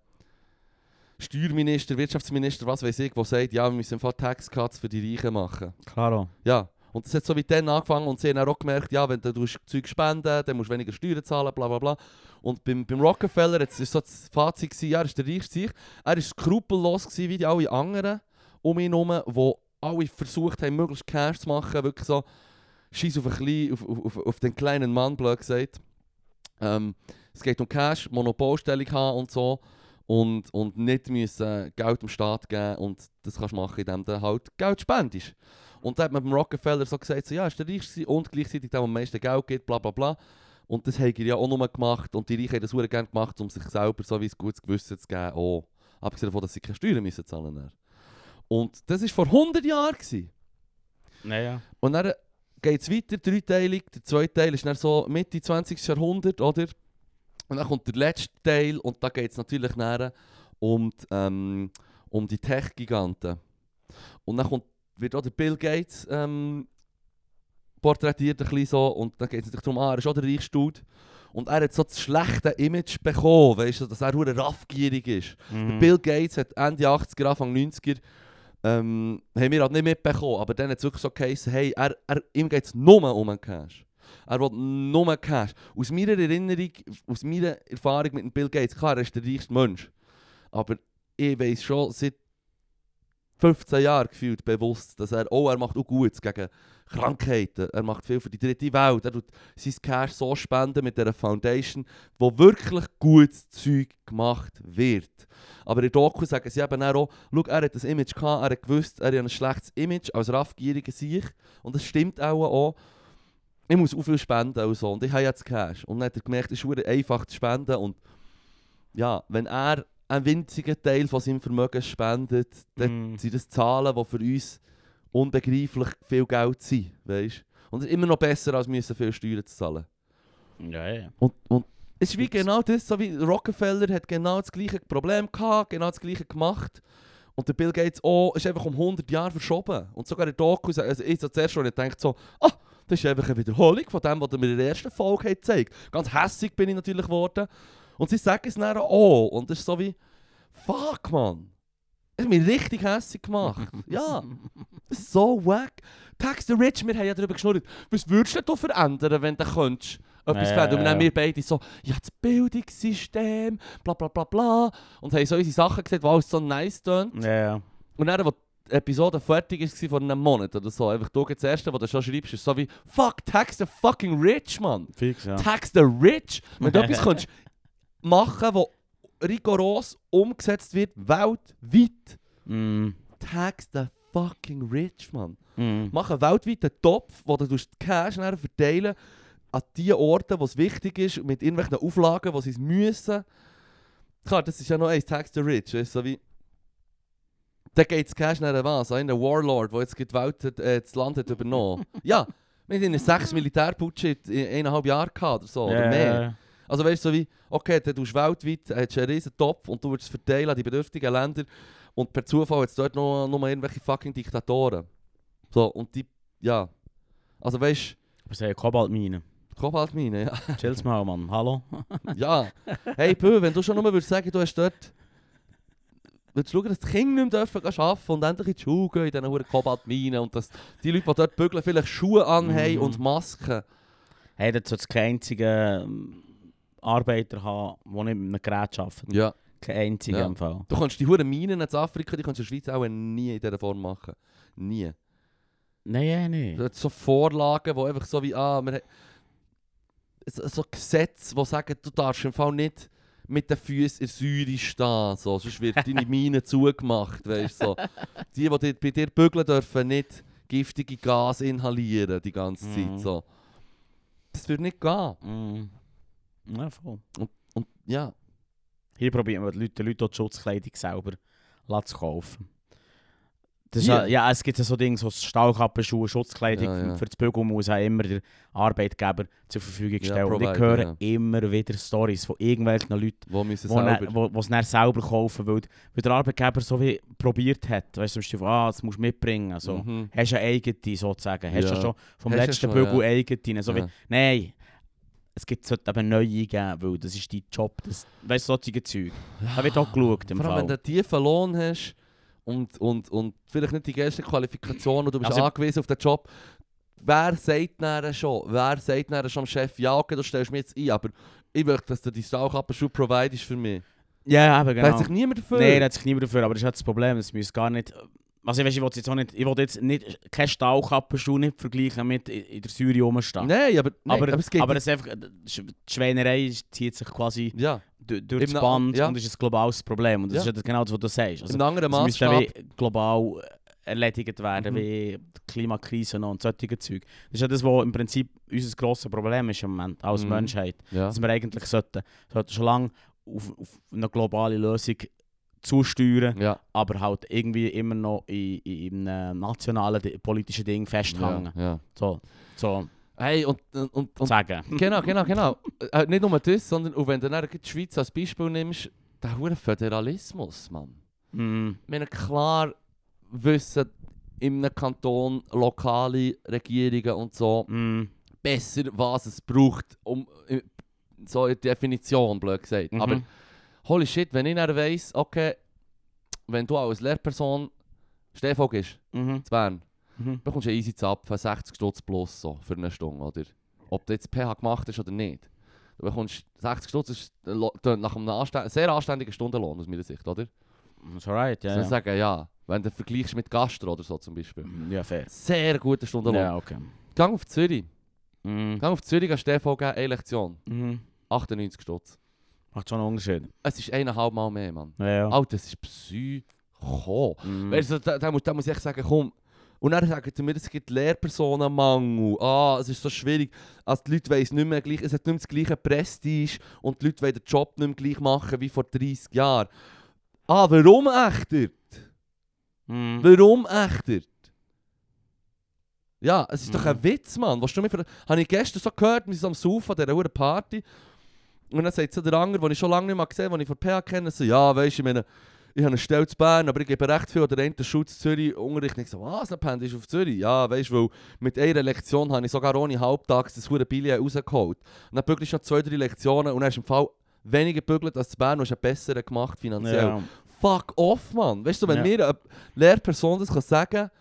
Steuerminister, Wirtschaftsminister, was weiß ich, der sagt, ja, wir müssen einfach Tax Cuts für die Reichen machen.
Klaro.
Ja. Und das hat so wie dann angefangen und sie haben dann auch gemerkt, ja, wenn du tust Zeug spenden, dann musst du weniger Steuern zahlen, bla bla bla. Und beim, beim Rockefeller war so das Fazit, gewesen, ja, er ist der reichste Sieg. Er war skrupellos gewesen, wie die alle anderen um ihn herum, die alle versucht haben, möglichst Cash zu machen. Wirklich so, scheiß auf, ein klein, auf, auf, auf- auf den kleinen Mann, blöd gesagt. Ähm, es geht um Cash, Monopolstellung haben und so. Und, und nicht müssen Geld dem Staat geben. Und das kannst du machen, indem du halt Geld spendest. Und da hat man beim Rockefeller so gesagt, so, ja, ist der reichste und gleichzeitig der, der am meisten Geld gibt, bla bla bla. Und das haben die ja auch nur gemacht. Und die Reichen haben das sehr gerne gemacht, um sich selber so wie ein gutes Gewissen zu geben. Oh, abgesehen davon, dass sie keine Steuern müssen zahlen müssen. Und das war vor 100 Jahren. Gewesen.
Naja.
Und dann geht es weiter, dreiteilig. Der zweite Teil ist dann so Mitte 20. Jahrhundert, oder? Und dann kommt der letzte Teil und da geht es natürlich dann um die, ähm, um die Tech-Giganten. Und dann kommt, wird auch der Bill Gates ähm, porträtiert ein bisschen so und dann geht es natürlich darum, ah, er ist auch der reichste Dude. Und er hat so das schlechte Image bekommen, weißt du, dass er verdammt raffgierig ist.
Mhm. Mm.
Der Bill Gates hat Ende 80er, Anfang 90er, ähm, haben wir halt nicht mitbekommen, aber dann hat es wirklich so geheißen, hey, er, er, ihm geht es nur um den Cash. Er will nur Cash. Aus meiner Erinnerung, aus meiner Erfahrung mit dem Bill Gates, klar, er ist der reichste Mensch, aber ich weiß schon seit 15 Jahren gefühlt bewusst, dass er, oh, er macht auch Gutes gegen Krankheiten, er macht viel für die dritte Welt, er tut sein Cash so spenden mit dieser Foundation, wo wirklich gutes Zeug gemacht wird. Aber in Doku sagen sie eben auch, schau, er hat das Image gehabt, er hat gewusst, er hat ein schlechtes Image als raffgieriger Sieg. Und das stimmt auch. auch. Ich muss auch viel spenden und so. Und ich habe jetzt Cash. Und dann hat er gemerkt, es ist verdammt einfach zu spenden. Und ja, wenn er einen winzigen Teil von seinem Vermögen spendet, dann
Mm. Mhm.
sind das Zahlen, die für uns unbegreiflich viel Geld sind. Weißt? Und es ist immer noch besser, als müssen viel Steuern zu zahlen.
Ja, ja.
Und, und es ist wie
Gibt's-
genau das, so wie Rockefeller hat genau das gleiche Problem gehabt, genau das gleiche gemacht. Und der Bill Gates auch, ist einfach um 100 Jahre verschoben. Und sogar in Dokus, also ich so zuerst schon, ich denke so, ah, das ist einfach eine Wiederholung von dem, was er mir in der ersten Folge hat gezeigt Ganz hässig bin ich natürlich geworden. Und sie sagen es dann auch. Und das ist so wie, fuck man, es hat mich richtig hässig gemacht. ja. Das ist so wack. Tax the Rich, wir haben ja darüber geschnurrt. Was würdest du denn verändern, wenn du könntest? Etwas
Ja,
verändern. Und
ja,
dann
ja.
wir beide so, ja, das Bildungssystem, bla bla bla bla. Und haben so unsere Sachen gesagt, die alles so nice tun.
Ja, ja.
Und dann, als die Episode fertig war, vor einem Monat oder so, einfach du das Erste, was du schon schreibst, ist so wie, fuck, tax the fucking rich, man.
Fix, ja.
Tax the rich. Wenn du etwas kannst machen kannst, das rigoros umgesetzt wird, weltweit,
Mm.
tax the fucking rich, man.
Mm.
Mach einen weltweiten Topf, wo du die Cash nachher verteilen an die Orte, wo es wichtig ist, mit irgendwelchen Auflagen, die sie es müssen. Klar, das ist ja noch eins, Tax the Rich, weißt du, so wie... Da geht das Cash nachher was? An einen Warlord, der jetzt gerade die Welt hat, äh, das Land hat übernommen Ja, wir hatten sechs Militärputsche in- in eineinhalb Jahren gehabt oder so,
Ja,
oder mehr.
ja.
Also weißt du, so wie, okay, dann tust du weltweit hast du einen riesen Topf und du wirst es verteilen an die bedürftigen Länder und per Zufall jetzt dort noch, noch mal irgendwelche fucking Diktatoren. So, und die, ja. Also weißt
Aber sie haben Kobaltmine.
du, Kobaltmine, ja.
Chill's mal, Mann. Hallo?
ja. Hey, Pö, wenn du schon nur würdest sagen, du hast dort... Würdest du schauen, dass die Kinder nicht mehr dürfen gehen arbeiten und endlich in die Schule gehen, in diesen verdammten Kobaltminen und dass die Leute, die dort bügeln, vielleicht Schuhe anhaben
Mhm.
und Masken.
Hey, das sollte keinen einzigen ähm, Arbeiter haben, der nicht mit einem Gerät arbeitet.
Ja.
Kein einzigen
Ja.
im Fall.
Du kannst die Huren Minen in Afrika, die kannst du in der Schweiz auch nie in dieser Form machen. Nie.
Nein, ja, nein.
So Vorlagen, die einfach so wie, ah, wir he- so, so Gesetze, die sagen, du darfst im Fall nicht mit den Füßen in Säure stehen, so. sonst wird deine Mine zugemacht, weißt du. So. Die, die dir- bei dir bügeln dürfen, nicht giftige Gas inhalieren die ganze Zeit,
Mhm.
so. Das wird nicht gehen.
Mm. Ja, voll.
Und ja,
Hier probieren wir die Leute, die Leute die Schutzkleidung selber lassen zu kaufen. Das ist
Hier?
ja, ja, es gibt ja so Dinge, so Stahlkappenschuhe, Schutzkleidung
Ja, ja.
für das Bügel muss auch immer der Arbeitgeber zur Verfügung
Ja,
stellen. Und ich höre
Provider,
immer wieder Stories von irgendwelchen Leuten,
Wo müssen
die
selber...
es wo, wo's dann selber kaufen, weil, weil der Arbeitgeber so wie probiert hat. Weißt du, zum Beispiel, ah, das musst du mitbringen. So.
Mhm.
Hast du eine eigene sozusagen? Hast du
Ja.
schon vom
Hast du
letzten
schon,
Bügel
ja.
eigene? So wie,
Ja.
nein, es gibt, sollte eben neu eingeben, weil das ist dein Job. Das, weißt du, solche Zeug. Da wird auch geschaut im
Vor allem, wenn du
Fall.
einen tiefen Lohn hast und, und, und vielleicht nicht die geilste Qualifikation und du bist
Also-
angewiesen auf den Job, wer sagt nachher schon, wer sagt nachher schon dem Chef, ja okay, du stellst mich jetzt ein, aber ich möchte, dass du die Stahlkappenschuhe providest für mich.
Ja, eben,
Da hat
genau.
sich niemand dafür.
Nein, da hat sich niemand dafür, aber das ist halt das Problem, das müssen gar nicht... Also ich weiß, ich will jetzt auch nicht... Ich will jetzt nicht... Keine Stahlkappenschuhe nicht vergleichen mit in in der Syrien rumstehen.
Nein, aber, nein,
aber, aber,
es geht...
es ist einfach... Die Schweinerei zieht sich quasi
ja,
du- durch
Im
das
Na-
Band
ja.
und ist ein globales Problem. Und das
Ja.
ist ja genau das, was du sagst. Also,
in einem anderen
es müsste
Maßstab.
wie global erledigt eh, werden,
Mhm.
wie die Klimakrise noch und solche Zeug. Das ist ja das, was im Prinzip unser grosses Problem ist im Moment, als
Mhm.
Menschheit.
Ja.
dass wir eigentlich sollten, sollten schon lange auf, auf eine globale Lösung zusteuern,
Ja.
aber halt irgendwie immer noch in, in, in einem nationalen di- politischen Ding festhangen.
Ja. ja.
So, so
Hey, und, und, und, und
sagen.
Genau, genau, genau. Äh, nicht nur das, sondern auch wenn du dann die Schweiz als Beispiel nimmst, der hure Föderalismus, Mann.
Mm,
Ich meine, klar wissen in einem Kanton lokale Regierungen und so
mm,
besser, was es braucht, um äh, so eine Definition, blöd gesagt.
mhm.
Aber holy shit, wenn ich dann weiss, okay, wenn du als Lehrperson Stehvogel bist,
Mhm,
in Bern,
mhm.
bekommst du einen easy Zapfen, 60 Stutz plus so, für eine Stunde, oder? Ob du jetzt PH gemacht hast oder nicht. Du bekommst 60 Stutz, das ist, äh, lo- tönt nach einem anstä sehr anständigen Stundenlohn aus meiner Sicht, oder?
Ist alright,
Ja,
ja. Ja,
sagen, ja. Wenn du vergleichst mit Gastro oder so zum Beispiel.
ja fair.
Sehr guter Stundenlohn.
Ja, okay.
Gang auf Zürich.
Mm,
Gang auf Zürich hast du DVG eine Lektion.
mhm.
98 Stutz.
Macht schon einen Unterschied.
Es ist eineinhalb Mal mehr, Mann.
Ja, ja.
Alter, das ist Psycho.
Mm.
Also, da, da, muss, da muss ich echt sagen, komm. Und dann sagen sie mir, es gibt Lehrpersonenmangel. Ah, es ist so schwierig. Also die Leute wollen es nicht mehr gleich, es hat nicht mehr das gleiche Prestige und die Leute wollen den Job nicht mehr gleich machen wie vor 30 Jahren. Ah, warum ächtert?
Mm.
Warum ächtert? Ja, es ist doch
Mhm.
ein Witz, Mann. Was du mir ver- Habe ich gestern so gehört, wir sind am Saufen an dieser verdammten Party. Und dann sagt so der andere, den ich schon lange nicht mehr gesehen habe, den ich von PH kenne, so, ja, weisst du, ich meine, ich habe eine Stelle zu Bern, aber ich gebe recht viel an der einen Schule zu Zürich Unterricht. Ich so, was, eine Pende ist auf Zürich? Ja, weisst du, weil mit einer Lektion habe ich sogar ohne Halbtags das hure Billion rausgeholt. Und dann bügelst du noch zwei, drei Lektionen und dann hast du im Fall weniger gebügelt als zu Bern und hast einen besseren gemacht finanziell.
Ja.
Fuck off, Mann. Weißt du, wenn
Ja.
mir eine Lehrperson das kann sagen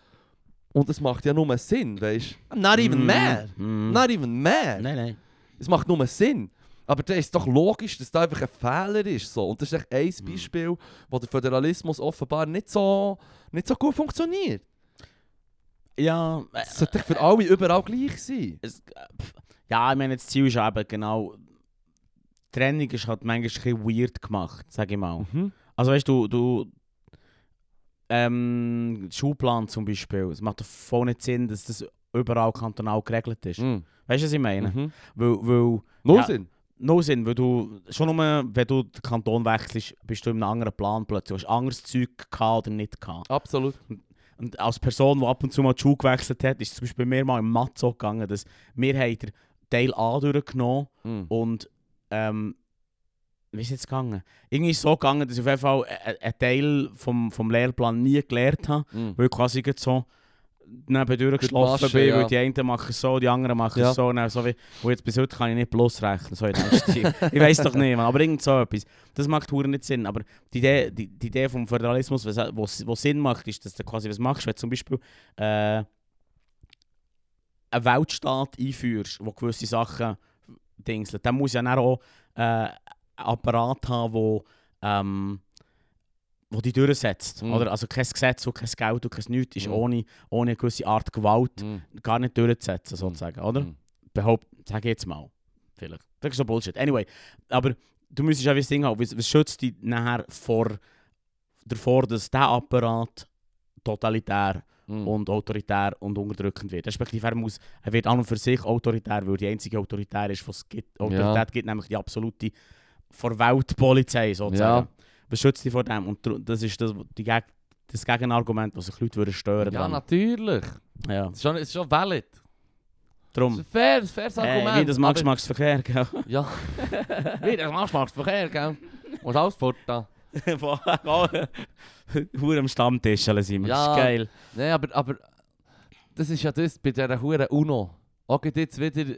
und das macht ja nur Sinn, weißt du? Not even
Mm,
mehr.
mm.
Not even mehr.
Nein, nein.
Es macht nur Sinn. Aber da ist doch logisch, dass da einfach ein Fehler ist. So. Und das ist echt ein Beispiel, wo der Föderalismus offenbar nicht so, nicht so gut funktioniert.
Ja, äh,
Es sollte doch für alle überall gleich sein.
es, äh, pf, ja, ich meine, das Ziel ist ja eben genau. Trennung ist halt manchmal ein bisschen weird gemacht, sag ich mal.
Mhm.
Also weißt du, du. Ähm, Schulplan zum Beispiel. Es macht doch voll nicht Sinn, dass das überall kantonal geregelt ist.
Mhm.
Weißt du, was ich meine?
Mhm.
Weil, weil,
Null
Ja.
Sinn.
no Sinn, weil du. Schon nur, wenn du den Kanton wechselst, bist du in einem anderen Plan plötzlich. Du hast anderes Zeug gehabt oder nicht gehabt.
Absolut.
Und als Person, die ab und zu mal die Schule gewechselt hat, ist es zum Beispiel bei mir mal im Matzo so gegangen, dass wir haben den Teil A durchgenommen
Mhm.
und ähm, wie ist jetzt gegangen? Irgendwie ist es so gegangen, dass ich auf jeden Fall äh, äh, einen Teil vom, vom Lehrplan nie gelernt habe,
Mhm.
weil ich quasi gerade so nebendurch
Masche,
geschlafen bin,
ja.
weil die einen machen es so, die anderen machen
Ja.
es so. Und dann so wie, und jetzt bis heute kann ich nicht bloß rechnen. So in dem Stil. ich weiß doch nicht, Mann, aber irgend so etwas. Das macht hure nicht Sinn. Aber die Idee, die, die Idee vom Föderalismus, was, was, was Sinn macht, ist, dass du quasi was machst, wenn du zum Beispiel äh, einen Weltstaat einführst, wo gewisse Sachen dingselt, dann muss ja dann auch äh, einen Apparat haben, wo ähm, wo die durchsetzt.
Mhm.
Oder? Also kein Gesetz und kein Geld und kein Nichts ist
Mhm.
ohne, ohne eine gewisse Art Gewalt
Mhm.
gar nicht durchzusetzen,
Mhm.
sozusagen, oder?
Mhm.
Behaupt, sag ich jetzt mal. Vielleicht. Das ist so Bullshit. Anyway, aber du müsstest ja wie das Ding haben, was was schützt dich nachher vor, davor, dass dieser Apparat totalitär
Mhm.
und autoritär und unterdrückend wird. Respektive er, muss, er wird an und für sich autoritär, weil die einzige autoritär ist, was es gibt. Autorität gibt nämlich die absolute Verweltpolizei sozusagen.
Ja.
Was schützt dich vor dem? Und dr- das ist das, was die Geg das Gegenargument, das sich Leute würde stören
Ja,
würden.
natürlich.
Ja, ja.
Es ist schon, es ist schon valid. Es ist
Darum.
ein faires, faires Argument.
Hey, Eh, wie das magst,
aber-
magst du verkehr, gell?
Ja. wie das machst, machst du Verkehr, gell? Musst alles fort da.
Hure am Stammtisch alle sind wir. Das
Ja.
ist geil.
Nein, aber, aber das ist ja das bei dieser Huren UNO. Auch gerade jetzt wieder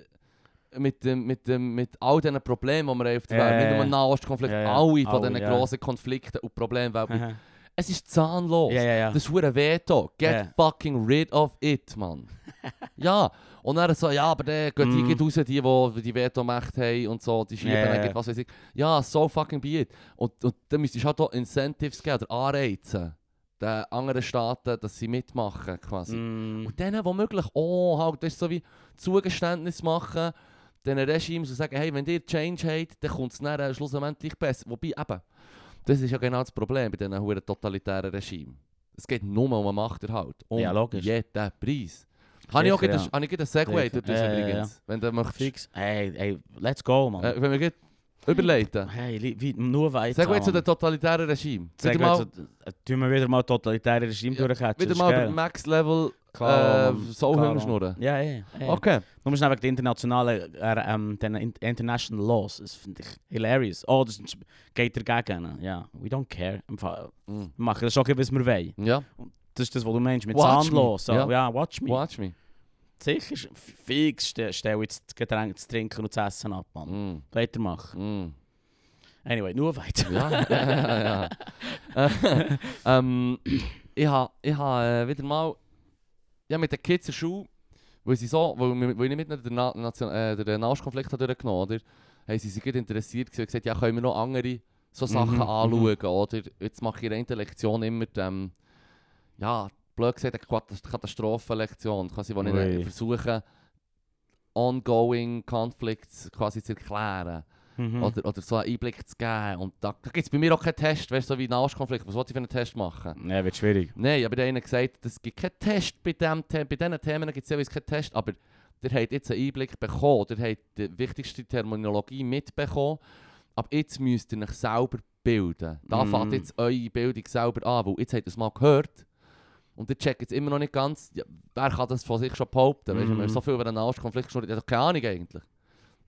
mit, dem, mit, dem, mit all diesen Problemen, die wir haben auf der
Ja,
Welt
ja,
Nicht nur
ja.
Nahostkonflikte,
Ja, ja.
alle von
Alle,
diesen
ja.
grossen Konflikten und Problemen. weltweit.
Aha.
Es ist zahnlos.
Ja, ja, ja.
Das ist hure Veto. Get
Ja.
fucking rid of it, Mann. ja. Und er so, ja, aber der geht die
Mm.
geht raus, die, die die Veto-Macht haben und so, die schieben
Ja, ja,
dann
ja.
was weiß ich. Ja, so fucking be it. Und, und dann müsstest du halt auch Incentives geben oder Anreize den anderen Staaten, dass sie mitmachen quasi.
Mm.
Und denen, die möglich oh, halt, das ist so wie Zugeständnis machen, diesen Regimes und sagen, hey, wenn ihr Change habt, dann kommt es dann schlussendlich besser. Wobei eben, das ist ja genau das Problem bei diesen huren totalitären Regimen. Es geht nur um den Machterhalt. Um
Ja, logisch.
jeden Preis. Habe ich auch
Sicher,
gerade
ja.
habe ich gerade einen Segway
Sicher.
daraus übrigens,
Ja, ja, ja,
wenn du möchtest.
Fix. Hey, hey, let's go, man.
Äh, wenn wir gerade überleiten.
Hey, li- wie, nur weiter.
Segway zu den
Mann.
totalitären Regimen.
Sag
Wieder
mal,
mal,
zu, äh, tun wir wieder mal totalitäre Regime
Ja,
durchketschen.
wieder
das ist
mal
Dus geil.
über Max-Level
Klar,
äh,
Mann. Klar,
Soulhirn
Mann.
schnurren.
Ja, ja. ja.
Okay.
Nur schnell wegen den internationalen, äh, ähm, den in- international laws. Das finde ich hilarious. Oh, das ist- geht dagegen. Ja, we don't care. Im Fall-
Mm.
Wir machen das schon, was wir wollen.
Ja,
Das ist das, was du meinst mit
Watch
zahnlos.
me.
Ja. ja, watch me.
watch me.
Sicher, ist- fix, ste- stell jetzt das Getränk zu trinken und zu essen ab, Mann.
Mm.
Weitermachen.
Mm.
Anyway, nur weiter.
Ja, ja, ja, ja. Äh, ähm, ich habe ich ha, äh, wieder mal ja, mit den Kids in der Schule, weil, sie so, weil, wir- weil ich nicht mit den Na Nation äh, den Nahostkonflikt habe durchgenommen habe, haben sie sich gut interessiert gewesen und gesagt, ja, können wir noch andere so
Mhm,
Sachen
mhm.
anschauen, oder? Jetzt mache ich in einer Lektion immer ähm, ja, blöd gesagt, eine Quat- Katastrophenlektion, quasi, wo ich
Ui.
dann versuche, ongoing Conflicts quasi zu erklären.
Mhm.
Oder, oder so einen Einblick zu geben. Und da, da gibt es bei mir auch keinen Test, weißt du, so wie Nahostkonflikt. Was wollte ich für einen Test machen?
Ja, wird schwierig.
Nein, aber der eine gesagt, es gibt keinen Test bei, dem, The- bei diesen Themen, gibt es jeweils keinen Test. Aber ihr habt jetzt einen Einblick bekommen, ihr habt die wichtigste Terminologie mitbekommen. Aber jetzt müsst ihr euch selber bilden. Da
Mm.
fängt jetzt eure Bildung selber an, weil jetzt habt ihr es mal gehört. Und ihr checkt jetzt immer noch nicht ganz, ja, wer kann das von sich schon behaupten? Weißt du,
Mm.
wir haben so viel über den Nahostkonflikt geschnurrt, ich habe keine Ahnung eigentlich.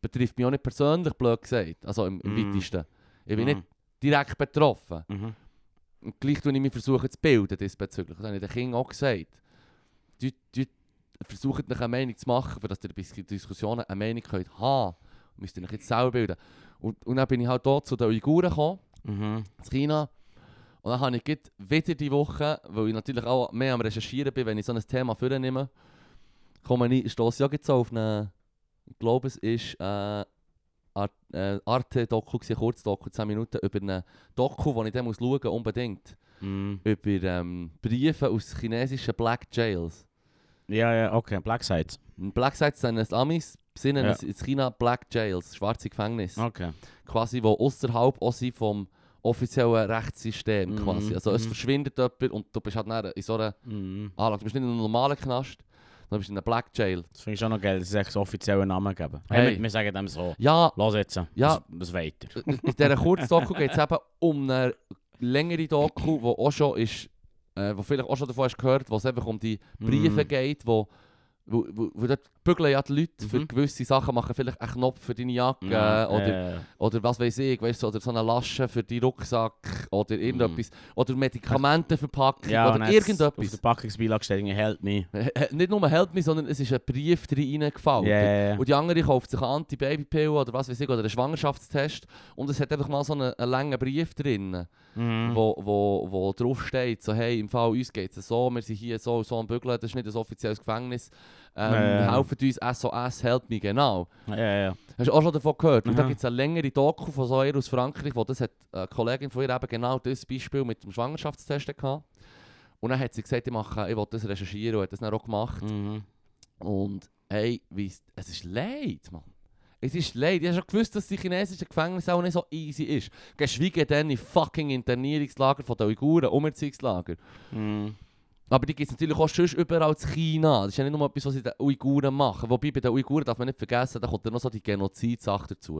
Betrifft mich auch nicht persönlich, blöd gesagt. Also im, im
Mm.
weitesten. Ich bin nicht direkt betroffen.
Mhm.
Und gleich versuche ich mich versuchen zu bilden diesbezüglich. Das habe ich den Kindern auch gesagt. Du, du versucht euch eine Meinung zu machen, für dass ihr bei Dis- Diskussionen eine Meinung könnt haben könnt. Müsst ihr euch jetzt selber bilden. Und, und dann bin ich halt dort zu den Uiguren gekommen,
Mhm.
zu China. Und dann habe ich gerade wieder die Woche, weil ich natürlich auch mehr am Recherchieren bin, wenn ich so ein Thema vornehme, komme ich, stoße ich auch jetzt so auf eine, ich glaube es ist äh, Ar- äh, Arte-Doku, gewesen, Kurzdoku, 10 Minuten, über eine Doku, die ich dann muss schauen muss, unbedingt
Mhm.
über ähm, Briefe aus chinesischen Black Jails.
Ja, ja, okay. Black Sides.
In Black Sites sind es Amis, besinnen
Ja.
es in China Black Jails, schwarze Gefängnisse,
Okay.
quasi, die außerhalb auch sind vom offiziellen Rechtssystem
Mhm,
quasi. Also es
mhm.
verschwindet jemand und du bist halt dann in so einer
Mhm.
Anlage. Du bist nicht in einem normalen Knast, sondern bist in einer Black Jail.
Das finde ich auch noch geil, dass es echt offiziellen Namen geben.
Hey.
Hey, wir, wir sagen dem so.
Ja,
Los jetzt. Ja.
Ja.
Das, das weiter.
in dieser Kurzdoku geht es eben um eine längere Doku, die auch schon ist, äh, wo vielleicht auch schon davon hast gehört, wo es einfach um die Briefe
Mhm.
geht, wo, wo, wo, wo dort bügeln ja die Leute für
Mhm.
gewisse Sachen, machen vielleicht einen Knopf für deine Jacke
Ja,
äh, oder,
äh,
oder was weiß ich, weißt, du, oder so eine Lasche für deinen Rucksack oder irgendetwas. Oder Medikamente verpacken
Mm. ja, und
oder
dann hat's Auf der
irgendetwas.
Packungsbeilage steht irgendwie, help me.
Äh, Nicht nur «Help me», sondern es ist ein Brief drin reingefallen.
Yeah.
Und die andere kauft sich eine Anti-Baby-Pill oder was weiß ich, oder einen Schwangerschaftstest. Und es hat einfach mal so einen, einen langen Brief drin,
Mhm.
wo, wo, wo drauf steht, so hey, im Fall uns geht es so, wir sind hier so und so am Bügeln, das ist nicht ein offizielles Gefängnis. Ähm,
Ja, ja, ja.
Helft uns, SOS, help me, genau.
Ja, ja,
Hast du auch schon davon gehört? Und da
Aha.
gibt es eine längere Doku von so einer aus Frankreich, wo das hat, eine Kollegin von ihr eben genau das Beispiel mit dem Schwangerschaftstest hatte. Und dann hat sie gesagt, ich, mache, ich will das recherchieren und hat das dann auch gemacht.
ja. Mhm.
Und hey, wie es es ist leid, Mann. Es ist leid. Ich habe schon gewusst, dass die chinesische Gefängnis auch nicht so easy ist. Geschweige denn in fucking Internierungslager von den Uiguren, Umerziehungslager.
Mhm.
Aber die gibt es natürlich auch sonst überall in China. Das ist ja nicht nur etwas, was sie den Uiguren machen. Wobei bei den Uiguren darf man nicht vergessen, da kommt dann noch so die Genozidsache dazu.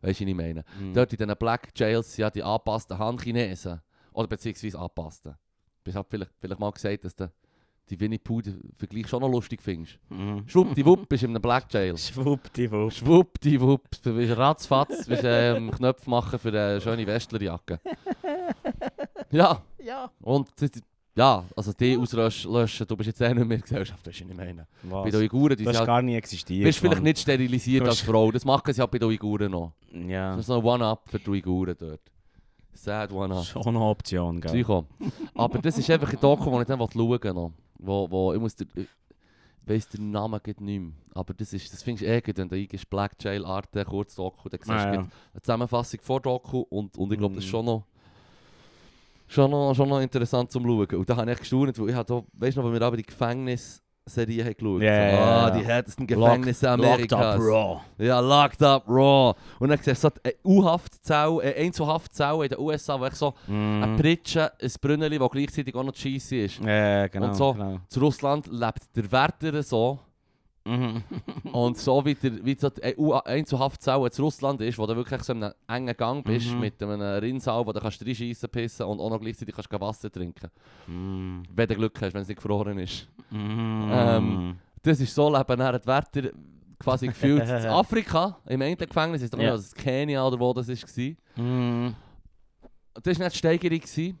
Weißt du, was ich meine?
Mhm.
Dort in diesen Black Jails sind ja die angepassten Han-Chinesen. Oder beziehungsweise angepassten. Ich habe vielleicht, vielleicht mal gesagt, dass du die Winnie Pooh-Vergleich schon noch lustig findest.
Mhm.
Schwuppdiwupp bist du in einem Black Jail.
Schwuppdiwupp.
Schwuppdiwupp, du bist ratzfatz, du bist ähm, Knöpfe machen für eine schöne Westlerjacke. Ja,
Ja.
und die- die- ja, also die auslöschen, du bist jetzt eh nicht mehr in der Gesellschaft, das ist nicht meine. Bei den
Was?
Uiguren, die
Du
sind
hast
halt,
gar nie existiert.
bist vielleicht
Mann.
nicht sterilisiert
Du
als
hast-
Frau, das machen sie halt bei den Uiguren noch.
Ja.
Das ist so ein One-Up für die Uiguren dort. Sad One-Up.
Schon eine Option, gell?
Psycho. Aber das ist einfach ein Doku, das ich dann schauen will. noch. Wo, wo, ich muss dir, ich weiss den Namen geht nicht mehr. Aber das, ist, das findest du eh, gut, wenn du eingibst Black Jail Arte, kurz Doku, dann siehst du
Ah,
gleich
ja.
eine Zusammenfassung vor Doku und, und ich glaube, das ist
Mhm.
schon noch, schon noch, schon noch interessant zum Schauen. Und da habe ich echt gestaunt, weil ich habe da, weißt du noch, wo wir aber die Gefängnisserie haben geschaut.
Ja,
so,
ja,
ah,
ja.
die härtesten
Lock-
Gefängnisse
Locked up
Amerikas.
raw.
Ja, locked up raw. Und dann siehst du so äh, eine U-Haftzelle, eine Einzelhaftzelle in den USA, wo ich so eine
Mhm.
Pritsche, ein Brünneli, das gleichzeitig auch noch cheesy ist.
Ja, genau.
Und so.
genau.
Zu Russland lebt der Werder so.
Mhm.
Und so wie, der, wie so die E EU Einzelhaftzelle zu Russland ist, wo du wirklich so in einem engen Gang bist,
Mhm.
mit einem Rinnsal, wo du kannst reinschiessen, pissen und auch noch gleichzeitig kannst du Wasser trinken.
Mhm.
Wenn du Glück hast, wenn es nicht gefroren ist.
Mhm.
Ähm, Das ist so, leben dann die Werder quasi gefühlt in Afrika, im einen Gefängnis, ist doch
Ja.
nicht also in Kenia oder wo das war.
Mhm.
das war nicht die Steigerung. Gewesen.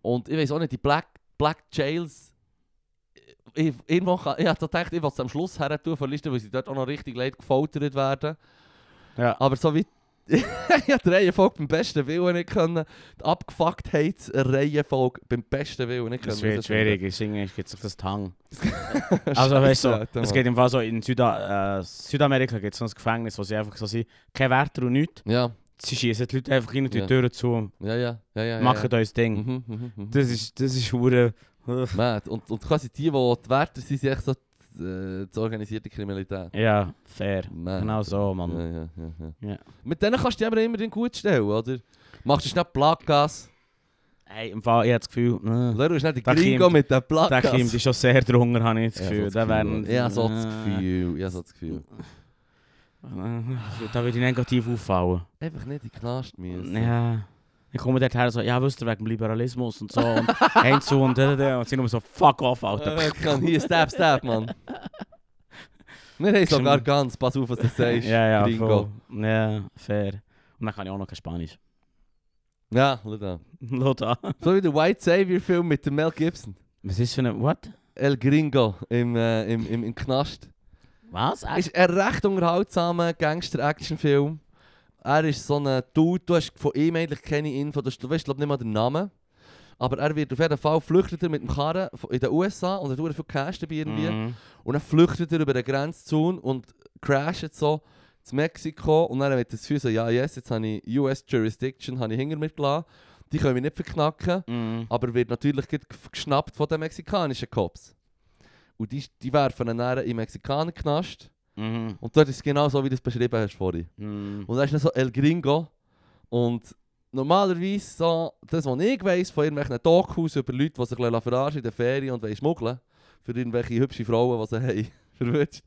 Und ich weiß auch nicht, die Black, Black Jails. Ich, irgendwo kann, ich habe gedacht, ich will es am Schluss her tun von Liste, weil sie dort auch noch richtig leid gefoltert werden.
Ja.
Aber so wie. ich habe die Reihenfolge beim besten Willen nicht können. Die Abgefucktheits-Reihenfolge beim besten Willen nicht können.
Das wird schwierig, ich singe, ich gehe auf das Tang. Also
Scheiße,
weißt du,
Alter,
es
Mann.
geht im Fall so, in Süda, äh, Südamerika gibt es so ein Gefängnis, wo sie einfach so sind, kein Wärter und nichts,
Ja,
sie schießen die Leute einfach rein die
Ja.
Türen zu,
ja, ja. ja, ja
machen da ihr
ja.
Ding.
Mhm, mhm, mhm.
Das ist, das ist hure.
Mad. Und, und quasi die, die die Wärter sind, sind echt so die, äh, die organisierte Kriminalität.
Ja, fair.
Mad.
Genau so, Mann.
Ja, ja, ja, ja.
Ja.
Mit denen kannst du dich aber immerhin gut stellen, oder? Machst du schnell Plaggas.
Hey, im Fall, ich habe das Gefühl, äh,
Leru ist nicht der
Da
Gringo
kommt-
mit den
der Kim
Plaggas.
ist schon sehr drunter, habe ich das Gefühl. Da wären,
Ja, so das Gefühl. Ja, so das Gefühl.
Äh, Da würde ich negativ auffallen.
Einfach nicht in den Knast müssen.
Ja. Ich komme dort her so, ja, wisst ihr, wegen dem Liberalismus und so und eins so und da, da, da. Und sie nur so, fuck off, Alter.
Äh, kann hier, stab, stab, Mann. Wir haben sogar ganz, pass auf, was du sagst.
ja, ja,
Gringo.
voll. Ja, fair. Und dann kann ich auch noch kein Spanisch.
Ja, schau da.
Lotta.
So wie der White Savior Film mit dem Mel Gibson.
Was ist für eine, what?
El Gringo im, äh, im, im, im Knast.
Was?
ist ein recht unterhaltsamer Gangster-Action-Film. Er ist so ein Dude, du hast von ihm eigentlich keine Info, du hast- du weißt glaube nicht mal den Namen. Aber er wird auf jeden Fall flüchtet er mit dem Karren von- in den USA und er hat viel Cash dabei irgendwie.
Mhm.
Und dann flüchtet er über den Grenzzone und crasht so zu Mexiko. Und dann wird das Gefühl so, ja yes, jetzt habe ich US Jurisdiction, habe ich hinter mir gelassen. Die können mich nicht verknacken.
Mhm.
Aber wird natürlich gleich gef- geschnappt von den mexikanischen Cops. Und die, die werfen ihn dann im Mexikanerknast.
Mhm.
Und dort ist es genau so, wie du es beschrieben hast vorhin.
Mhm.
Und da ist dann so El Gringo. Und normalerweise, so, das, was ich weiss von irgendwelchen Talkhaus über Leute, die sich ein bisschen verarschen in der Ferien und wollen schmuggeln für irgendwelche hübsche Frauen, die sie haben, verwünscht,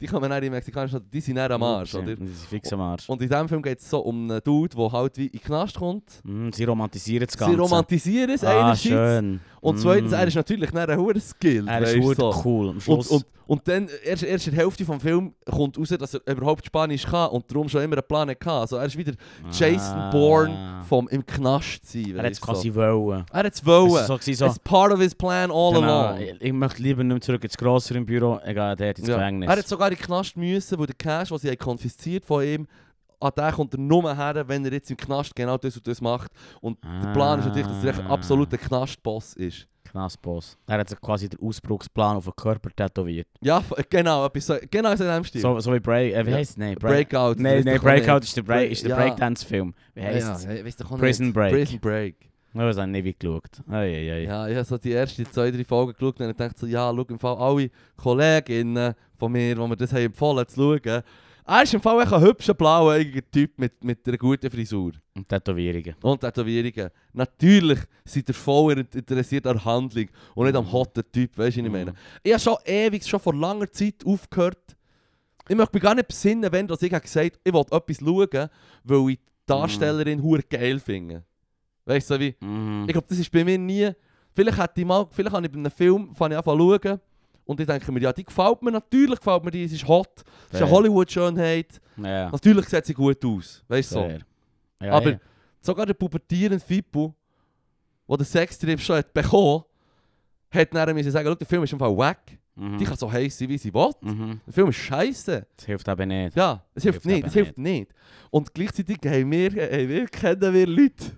die kommen dann in Mexikanische die sind dann am Arsch,
Ups, ja.
oder?
Das ist fix am Arsch.
Und in diesem Film geht es so um einen Dude, der halt wie in den Knast kommt.
Mhm. Sie romantisieren das Ganze.
Sie romantisieren es
ah,
einerseits.
schön.
Und zweitens,
Mhm.
er ist natürlich dann ein hoher Skill.
er ist gut cool. Am
Und,
Schluss.
und, und dann, erst, erst in der Hälfte vom Film kommt raus, dass er überhaupt Spanisch kann und darum schon immer einen Plan hatte. Also er ist wieder Jason
Ah.
Bourne vom im Knast sein.
Er hat es
weisst du.
quasi wollen.
Er hat es
Es
wollen.
ist so, gewesen, so,
It's part of his plan all
genau,
along.
ich, ich möchte lieber nicht mehr zurück ins Grosser im Büro, egal, der hat ins
Ja. Ah,
Gefängnis.
Er hat sogar in den Knast müssen, weil der Cash, den sie haben konfisziert von ihm, an den kommt er nur her, wenn er jetzt im Knast genau das und das macht. Und der Plan ist natürlich, dass er echt
Ah.
absolut ein Knastboss ist.
Knastboss. Er hat sich quasi den Ausbruchsplan auf den Körper tätowiert.
Ja, f- genau, etwas so, genau so in dem Stil.
So, so wie Break... Äh, wie
Ja.
heisst es? Nein, Break...
Breakout.
Nein,
weisst
nein,
doch auch nicht.
Breakout ist der, Break,
Break-
ist der
ja.
Breakdance-Film. Wie Nou, heisst es?
ja, ja, weißt du, kann
Prison
nicht.
Break.
Prison Break.
Ich habe es auch nie weit geschaut. Eieiei.
Ja, ich habe so die ersten zwei, drei Folgen geschaut und dachte so, ja, schau, im Fall alle Kolleginnen von mir, die mir das haben empfohlen zu schauen, er ist im Fall echt ein hübscher, blauäugiger Typ mit, mit einer guten Frisur
Und Tätowierungen.
und Tätowierungen. Natürlich seid ihr voll in- interessiert an der Handlung und nicht am hotten Typ, weißt du, was ich meine.
Mhm.
Ich habe schon ewig, schon vor langer Zeit aufgehört, ich möchte mich gar nicht besinnen, wenn dass ich habe gesagt ich wollte etwas schauen, weil ich die Darstellerin hure geil finde. Weißt du, so wie...
Mhm.
Ich glaube, das ist bei mir nie. Vielleicht hätte ich mal, vielleicht habe ich bei einem Film fange ich an zu schauen und ich denke mir, ja, die gefällt mir, natürlich gefällt mir die, es ist hot, es ist eine
Fair.
Hollywood-Schönheit,
Ja.
natürlich sieht sie gut aus, weißt du so.
Fair. Ja,
Aber
ja.
sogar der pubertierende Fippo, der den Sextrip schon hat bekommen hat, dann müssen sagen, schau, der Film ist einfach wack,
Mhm.
die kann so heiß sein, wie sie will,
Mhm.
der Film ist scheiße.
Das hilft eben nicht.
Ja, es hilft,
Hilft
nicht,
eben
es hilft nicht. Und gleichzeitig haben wir, haben wir, kennen wir Leute,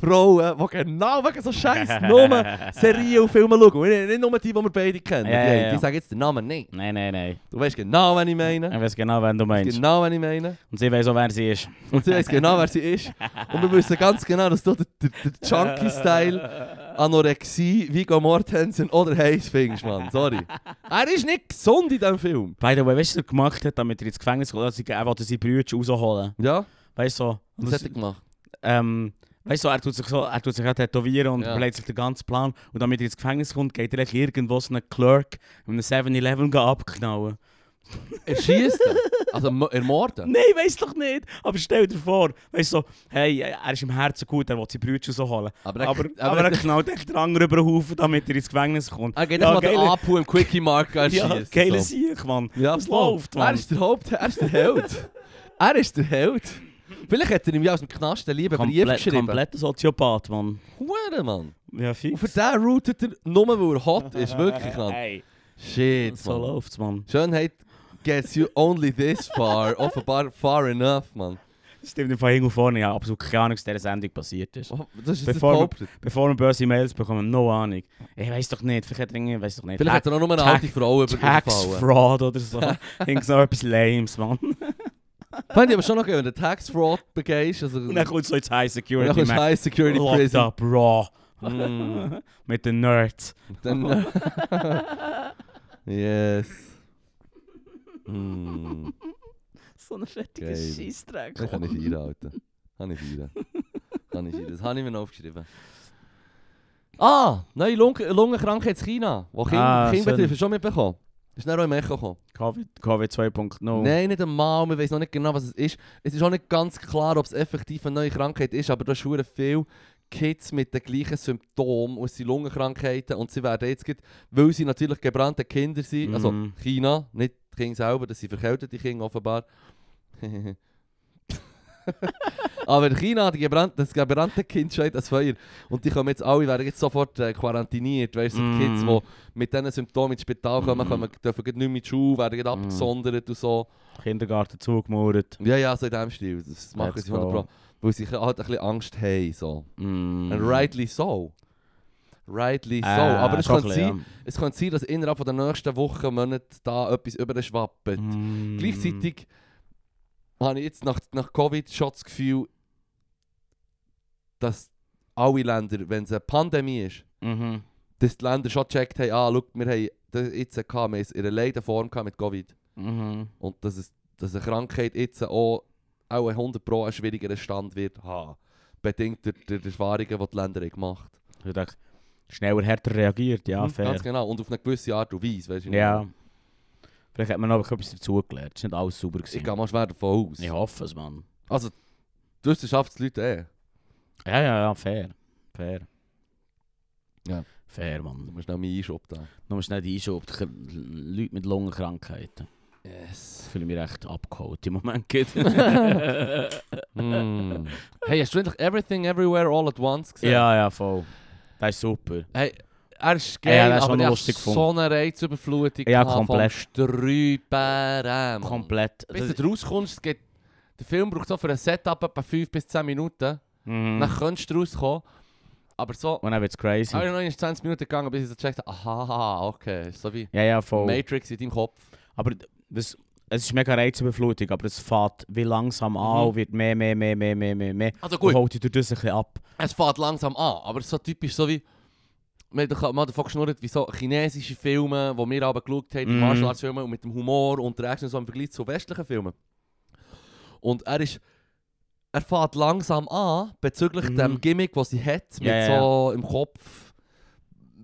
Frauen, die genau wegen so scheiß Namen Serien und Filme schauen. Und nicht nur die, die wir beide kennen.
Ja,
die,
ja, ja.
die sagen jetzt den Namen nicht.
Nein, nein, nein.
Du weißt genau, wen ich
Ich
meine.
weiß genau, wen du meinst.
Genau, wen ich meine.
Und sie weiß auch, wer sie ist.
Und sie weiß genau, wer sie ist. Und wir wissen ganz genau, dass du den, den, den Junkie-Style Anorexie, Viggo Mortensen oder Hayes findest, Mann. Sorry. Er ist nicht gesund in diesem Film.
By the way, weißt du, was er gemacht hat, damit er ins Gefängnis kommt? Also, er wollte seine Brüder rausholen.
Ja,
Weißt du? so- Und
das
das,
hätte ich gemacht.
ähm, weißt du, so, er tut sich so, er tut sich auch tätowieren und
Ja.
überlegt sich den ganzen Plan. Und damit er ins Gefängnis kommt, geht er eigentlich irgendwo so einen Clerk in einem 7-Eleven abknallen.
Er schießt. ihn. Also mo- ermorden.
Nein, weiß doch nicht. Aber stell dir vor, weißt du, so, hey, er ist im Herzen gut, er will seine Brüder rausholen.
Aber, er-
Aber, aber,
aber
er knallt echt den anderen über den Haufen, damit er ins Gefängnis kommt.
er geht
Ja,
einfach mal den
geile-
Apu im Quickie Mark an
Ja,
schießt.
geiler
so.
Sieg, Mann.
ja,
was
voll.
läuft,
Er
Mann?
ist der Haupt, er ist der Held. er ist der Held. Vielleicht hat er ihm ja aus dem Knast einen lieben Brief
Komplett,
geschrieben.
kompletter Soziopath, Mann.
Hure, Mann.
Ja, viel.
Und für den routet er nur, weil er hot ist. Wirklich, Mann.
Hey,
Shit,
so
Mann.
läuft's, Mann.
Schönheit gets you only this far. Offenbar far enough, Mann.
Stimmt, von hinten und vorne, ich habe absolut keine Ahnung, was dieser Sendung passiert ist.
Oh, Das ist jetzt
Bevor wir-
behauptet.
Bevor wir böse Mails bekommen, no Ahnung. Ich weiß doch nicht, vielleicht hat er irgendwie, weiß doch nicht.
Vielleicht hat er auch nur eine alte Frau über-
Tax
überfallen.
Fraud oder so. Irgend so etwas Lames, Mann.
Fand ich aber schon noch geil, wenn du Tax Fraud begehst. Also,
Und dann kommt so jetzt High Security
dann kommst du
Man.
High Security
Locked
Prison.
up raw.
Mm.
Mit den Nerds.
Dann, yes. Mm,
So ein fettiger
Geil.
Scheissdreck.
das kann ich feiern, Alter. Kann ich feiern. Kann ich feiern. Das habe ich mir noch aufgeschrieben. Ah, neue Lung Lungenkrankheit in China. Wo Kinder,
Ah,
Kinder
schön.
betrifft, hast du schon mitbekommen. Ist nicht auch im Echo gekommen.
Covid, Covid 2.0.
Nein, nicht einmal. Man weiß noch nicht genau, was es ist. Es ist auch nicht ganz klar, ob es effektiv eine neue Krankheit ist, aber da schuren viele Kids mit den gleichen Symptomen und es sind Lungenkrankheiten und sie werden jetzt, gerade, weil sie natürlich gebrannte Kinder sind, also
Mhm.
China, nicht die Kinder selber, das sind verkältete Kinder offenbar. aber China hat die gebrannte, das gebrannte Kind schreit das Feuer. Und die kommen jetzt alle, werden jetzt sofort äh, quarantiniert. Weißt du, die
Mhm.
Kids, die mit diesen Symptomen ins Spital kommen, kommen dürfen gerade nicht mehr in die Schule, werden gerade
Mhm.
abgesondert und so.
Kindergarten zugemauert.
Ja, ja, so in dem Stil. Das machen
Let's
sie 100
go.
Pro. Weil sie halt ein bisschen Angst haben. So.
Mm.
And rightly so. Rightly
Äh,
so. Aber es
schon
könnte,
ein bisschen,
sein, es könnte sein, dass innerhalb von der nächsten Woche, Monate da etwas
ja.
überschwappt.
Mm.
Gleichzeitig habe ich jetzt nach, nach Covid schon das Gefühl, dass alle Länder, wenn es eine Pandemie ist,
Mhm.
dass die Länder schon gecheckt haben, ah, schau, wir haben das jetzt gehabt, wir haben es in einer leiden Form gehabt mit Covid.
Mhm.
Und dass, es, dass eine Krankheit jetzt auch, auch 100 Pro einen schwierigeren Stand wird haben. Bedingt durch, durch die Erfahrungen, die die Länder haben gemacht haben.
Ich dachte, schneller, härter reagiert, ja,
Hm,
fair.
Ganz genau. Und auf eine gewisse Art und Weise. Weißt du?
Ja. Vielleicht hat man aber etwas dazugelernt. Es war nicht alles sauber.
Ich
Gewesen.
gehe mal schwer davon aus.
Ich hoffe es, Mann.
Also, die Wissenschaftsleute eh.
Ja, ja, ja, fair. Fair.
Ja.
Fair,
Du
Mann.
musst noch meinen Einschub da.
Nur schnell die Einschub. Die Leute mit Lungenkrankheiten.
Yes.
fühle mich recht abgeholt im Moment. geht.
Hm. Hey, hast du endlich Everything Everywhere All at Once gesehen?
ja, ja, voll. Das ist super.
Hey, er ist
Ja,
geil,
das ist
aber
schon
ich hab
lustig gefunden.
so eine Reizüberflutung
Ja,
gehabt
komplett.
vom Sträuberen. Mann.
Komplett.
Bis Mhm. du rauskommst, es geht, der Film braucht so für ein Setup etwa 5 bis 10 Minuten.
Mhm.
Dann könntest du rauskommen. Aber so,
Und dann wird's crazy.
auch noch ist 20 Minuten gegangen, bis ich so gecheckt habe, aha, okay, ist so wie
Ja, ja, voll.
Matrix in deinem Kopf.
Aber das, es ist mega reizüberflutig, aber es fährt wie langsam an
Mhm.
und wird mehr, mehr, mehr, mehr, mehr, mehr, mehr.
Also gut,
Und holt dich durch das ein bisschen ab.
es fährt langsam an, aber so typisch so wie... Wir haben doch mal davon geschnurrt, wie so chinesische Filme, die wir aber geschaut haben, die
Mhm.
Martial Arts Filme, und mit dem Humor und der Action und so im Vergleich zu westlichen Filmen. Und er ist... Er fährt langsam an, bezüglich
Mhm.
dem Gimmick, das sie hat, mit
Ja, ja,
so im Kopf.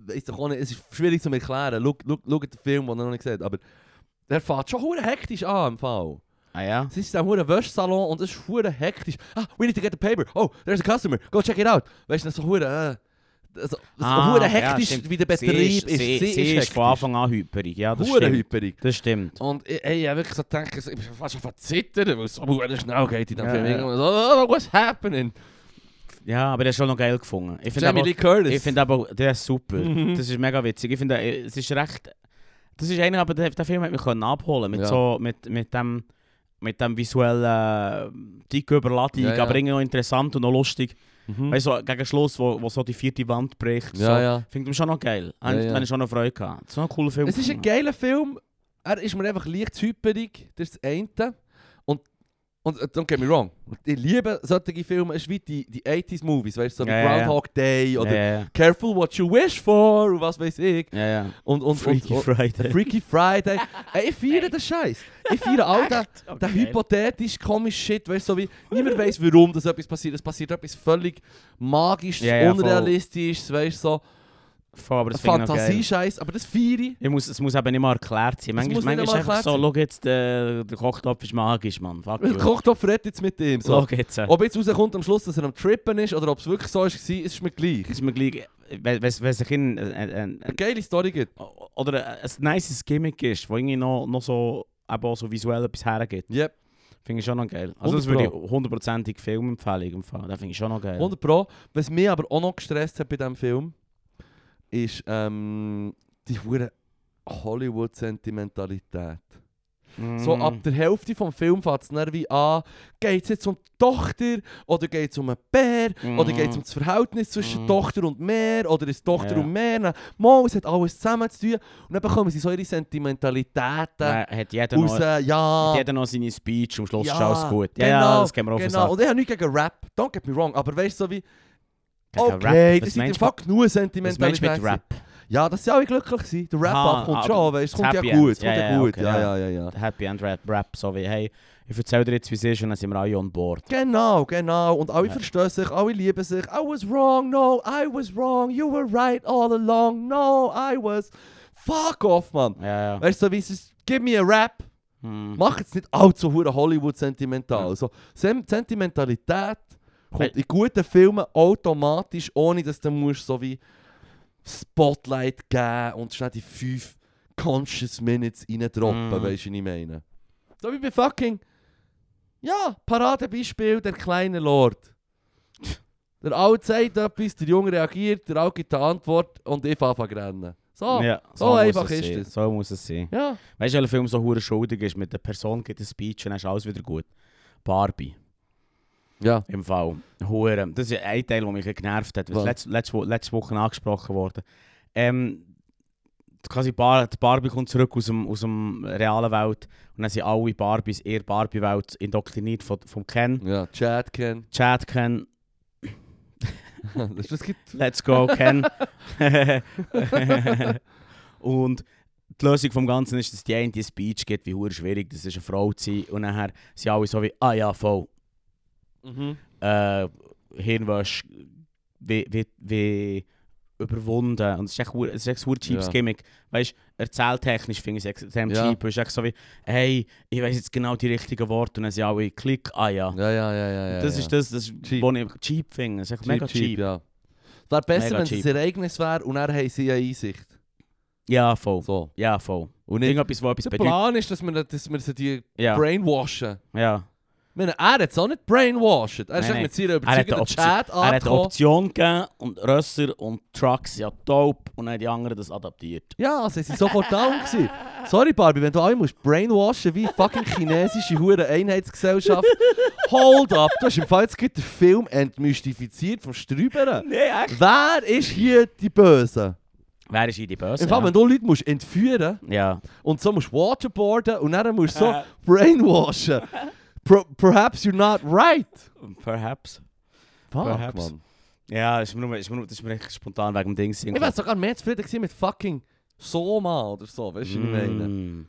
Weiss doch auch nicht, es ist schwierig zu erklären. Schau- schau- Schaut den Film, den ihr noch nicht seht. Aber er fährt schon hure hektisch an im Fall.
Ah ja?
Es ist in einem Wäschsalon und es ist hure hektisch. Ah, we need to get the paper. Oh, there's a customer. Go check it out. Weißt du, das ist so hure, äh, Also, das
Ah,
hure
ja,
hektisch,
stimmt.
wie der Betrieb
sie
ist. Sie,
sie ist
ist
von Anfang an hyperig. Ja, das
hure
stimmt.
hyperig.
Das stimmt.
Und ich, ey, ich hab wirklich so gedacht, ich bin fast auf Zittern, weil es so hure schnell geht in dem
Ja,
Film.
ja.
Irgendwann So, oh, what's happening?
Ja, aber der ist schon noch geil gefunden. Ich finde
Jamie
aber,
Lee Curtis.
ich finde aber, der ist super.
Mhm.
Das ist mega witzig. Ich finde, äh, es ist recht. Das ist einer, aber der, der Film hat mich können abholen mit
Ja.
so mit, mit dem mit dem visuellen äh, dick überladung,
Ja, ja.
aber irgendwie noch interessant und noch lustig.
Mhm.
Weißt du, so gegen Schluss, wo, wo so die vierte Wand bricht. so.
ja, ja.
Finde ich schon noch geil.
Ja,
Habe ich-
ja.
habe ich schon noch Freude gehabt. Das ist noch ein cooler Film.
Es ist ein geiler Film. Er ist mir einfach leicht zu hyperig. Das ist das eine. Und, und äh, don't get me wrong. Ich liebe solche Filme. Es ist wie die, die 80s-Movies, weißt du, so wie
Ja, ja, ja.
Groundhog Day oder
Ja, ja.
Careful What You Wish For und was weiß ich.
ja, ja.
Und, und,
Freaky
und, und,
Friday.
Freaky Friday. Ey, ich feiere den Scheiß. Ich feiere all den, den hypothetisch komischen Shit, weißt du, so wie niemand weiß, warum das etwas passiert. Es passiert etwas völlig magisches,
Ja, ja, voll.
unrealistisches, weißt du, so
Voll, aber das finde ich noch geil.
Fantasie-Scheiß. Aber das feiere ich.
Ich muss, es muss eben nicht mal erklärt sein. Manchmal,
muss nicht
manchmal ist
mal
einfach
erklärt
so,
sein.
schau jetzt, der, der Kochtopf ist magisch, Mann. Fuck
Der
you.
Kochtopf redet jetzt mit ihm. So.
Schau jetzt. äh.
Ob jetzt rauskommt am Schluss, dass er am Trippen ist oder ob es wirklich so war, ist mir gleich.
Ist mir gleich... Wenn wenn- wenn sich in, ein, ein,
Eine
ein,
geile Story gibt.
äh, oder äh, ein nices Gimmick ist, wo irgendwie noch, noch so, eben auch so visuell etwas hergibt,
Yep,
finde ich schon noch geil. Also das
100
würde ich hundertprozentig Filmempfehlung empfehlen. Das finde ich schon noch geil.
100 Pro. Was mich aber auch noch gestresst hat bei diesem Film, ist ähm, die hure Hollywood-Sentimentalität.
Mm.
So ab der Hälfte vom Film fängt es dann wie an, geht es jetzt um die Tochter oder geht es um einen Bär
Mhm.
oder geht es um das Verhältnis zwischen
Mhm.
Tochter und Meer oder ist Tochter
Ja.
und Meer. Dann, Mal, es hat alles zusammen zu tun und dann bekommen sie so ihre Sentimentalitäten
Nein, hat jeder
raus.
noch, hat
Ja,
jeder noch seine Speech, am Schluss
Ja,
ist alles gut. Ja, ja,
genau,
das kennen wir auch von
genau.
Sachen.
Und ich habe nichts gegen Rap, don't get me wrong, aber weißt du so wie,
Gegen
okay,
Rap.
das
Was
ist im
meinst
Fall genug
du- was meinst
Sentimentalität.
du mit Rap? Ah,
Ja, das ist ja auch glücklich gewesen. Der Rap
Aha,
ab kommt
aber
schon, weißt du, es
das
kommt ja
Happy End.
gut, es kommt
Ja,
ja
ja,
gut.
okay,
Ja,
ja.
ja, ja, ja.
Happy End Rap, Rap, so wie, hey, ich erzähl dir jetzt, wie es ist und dann sind wir alle on board.
Genau, genau. Und alle
Ja.
verstehen sich, alle lieben sich. I was wrong, no, I was wrong. You were right all along, no, I was. Fuck off, Mann.
Ja, ja.
Weißt du, so wie es ist, give me a rap.
Hm.
Mach jetzt nicht allzu hure Hollywood-sentimental. Also, Sem Sentimentalität kommt
Weil-
in guten Filmen automatisch, ohne dass du musst so wie Spotlight geben und schnell die 5 Conscious Minutes reindroppen,
Mhm.
weißt du, was ich meine? So wie bei fucking. Ja, Paradebeispiel, der kleine Lord. Der Alte sagt etwas, der Junge reagiert, der Alte gibt eine Antwort und ich fange an zu rennen. So, ja.
Ja,
so
muss
einfach
es
ist
sein.
es.
So muss es sein. Weißt du, weil der Film so hure schuldig ist, mit der Person gibt ein Speech und dann ist alles wieder gut. Barbie,
Ja.
im Fall. Hure. Das ist ein Teil, der mich genervt hat, was
Was?
letzte, letzte, Dus Wo- letzte Woche angesprochen wurde. Ähm, quasi Bar die Barbie kommt zurück aus dem, aus dem realen Welt und dann sind alle Barbies eher Barbie-Welt indoktriniert von, vom Ken.
Ja, Chad Ken.
Chad Ken,
das gibt
Let's go, Ken. und die Lösung vom Ganzen ist, dass die eine die Speech gibt, wie hure schwierig das ist, eine Frau zu sein. Und nachher sind alle so wie, ah ja, voll,
Mhm.
äh, Hirnwäsche, wie, wie, wie überwunden. Und es ist echt, hure- es ist echt ein hure cheapes
Ja.
Gimmick. Weißt du, erzähltechnisch finde ich es extrem
Ja.
cheap. Es ist echt so wie, hey, ich weiß jetzt genau die richtigen Worte. Und dann sind alle, klick, ah ja.
Ja, ja, ja, ja. ja
das
ja.
ist das, das ist,
Cheap.
wo ich cheap finde. Es ist echt
Cheap,
mega cheap.
ja. Es wäre besser,
Mega
wenn es
cheap.
ein Ereignis wäre und er haben sie eine Einsicht.
Ja, voll.
So.
Ja, voll.
Und nicht
Irgendetwas, was etwas
der
bedeutet.
Plan ist, dass wir, dass wir sie die
Ja,
brainwashen.
ja.
Ich meine, er hat es auch nicht brainwashed. Er ist
Nein,
echt
nein.
mit seiner
Er hat eine
überzeugenden
Option-
Chat
Er hat eine
angekommen.
Option gegeben und Rösser und Trucks ja dope und dann haben die anderen das adaptiert.
Ja, sie sind sofort down gewesen. Sorry Barbie, wenn du alle musst brainwashen wie fucking chinesische hure Einheitsgesellschaft. Hold up, du hast im Fall jetzt gerade den Film entmystifiziert vom Strüberen.
Nee, echt?
Wer ist hier die Böse?
Wer ist in die Börse?
Im Fall, wenn du Leute musst entführen
ja.
Und so musst du waterboarden und dann musst du so brainwashen. Pro perhaps you're not right.
Perhaps.
Fuck,
Perhaps.
Mann.
Ja, das ist mir, nur- ist mir, nur- das ist mir echt spontan wegen dem Ding.
Ich war sogar mehr zufrieden gewesen mit fucking Soma oder so, weißt du, was ich meine?
Mm.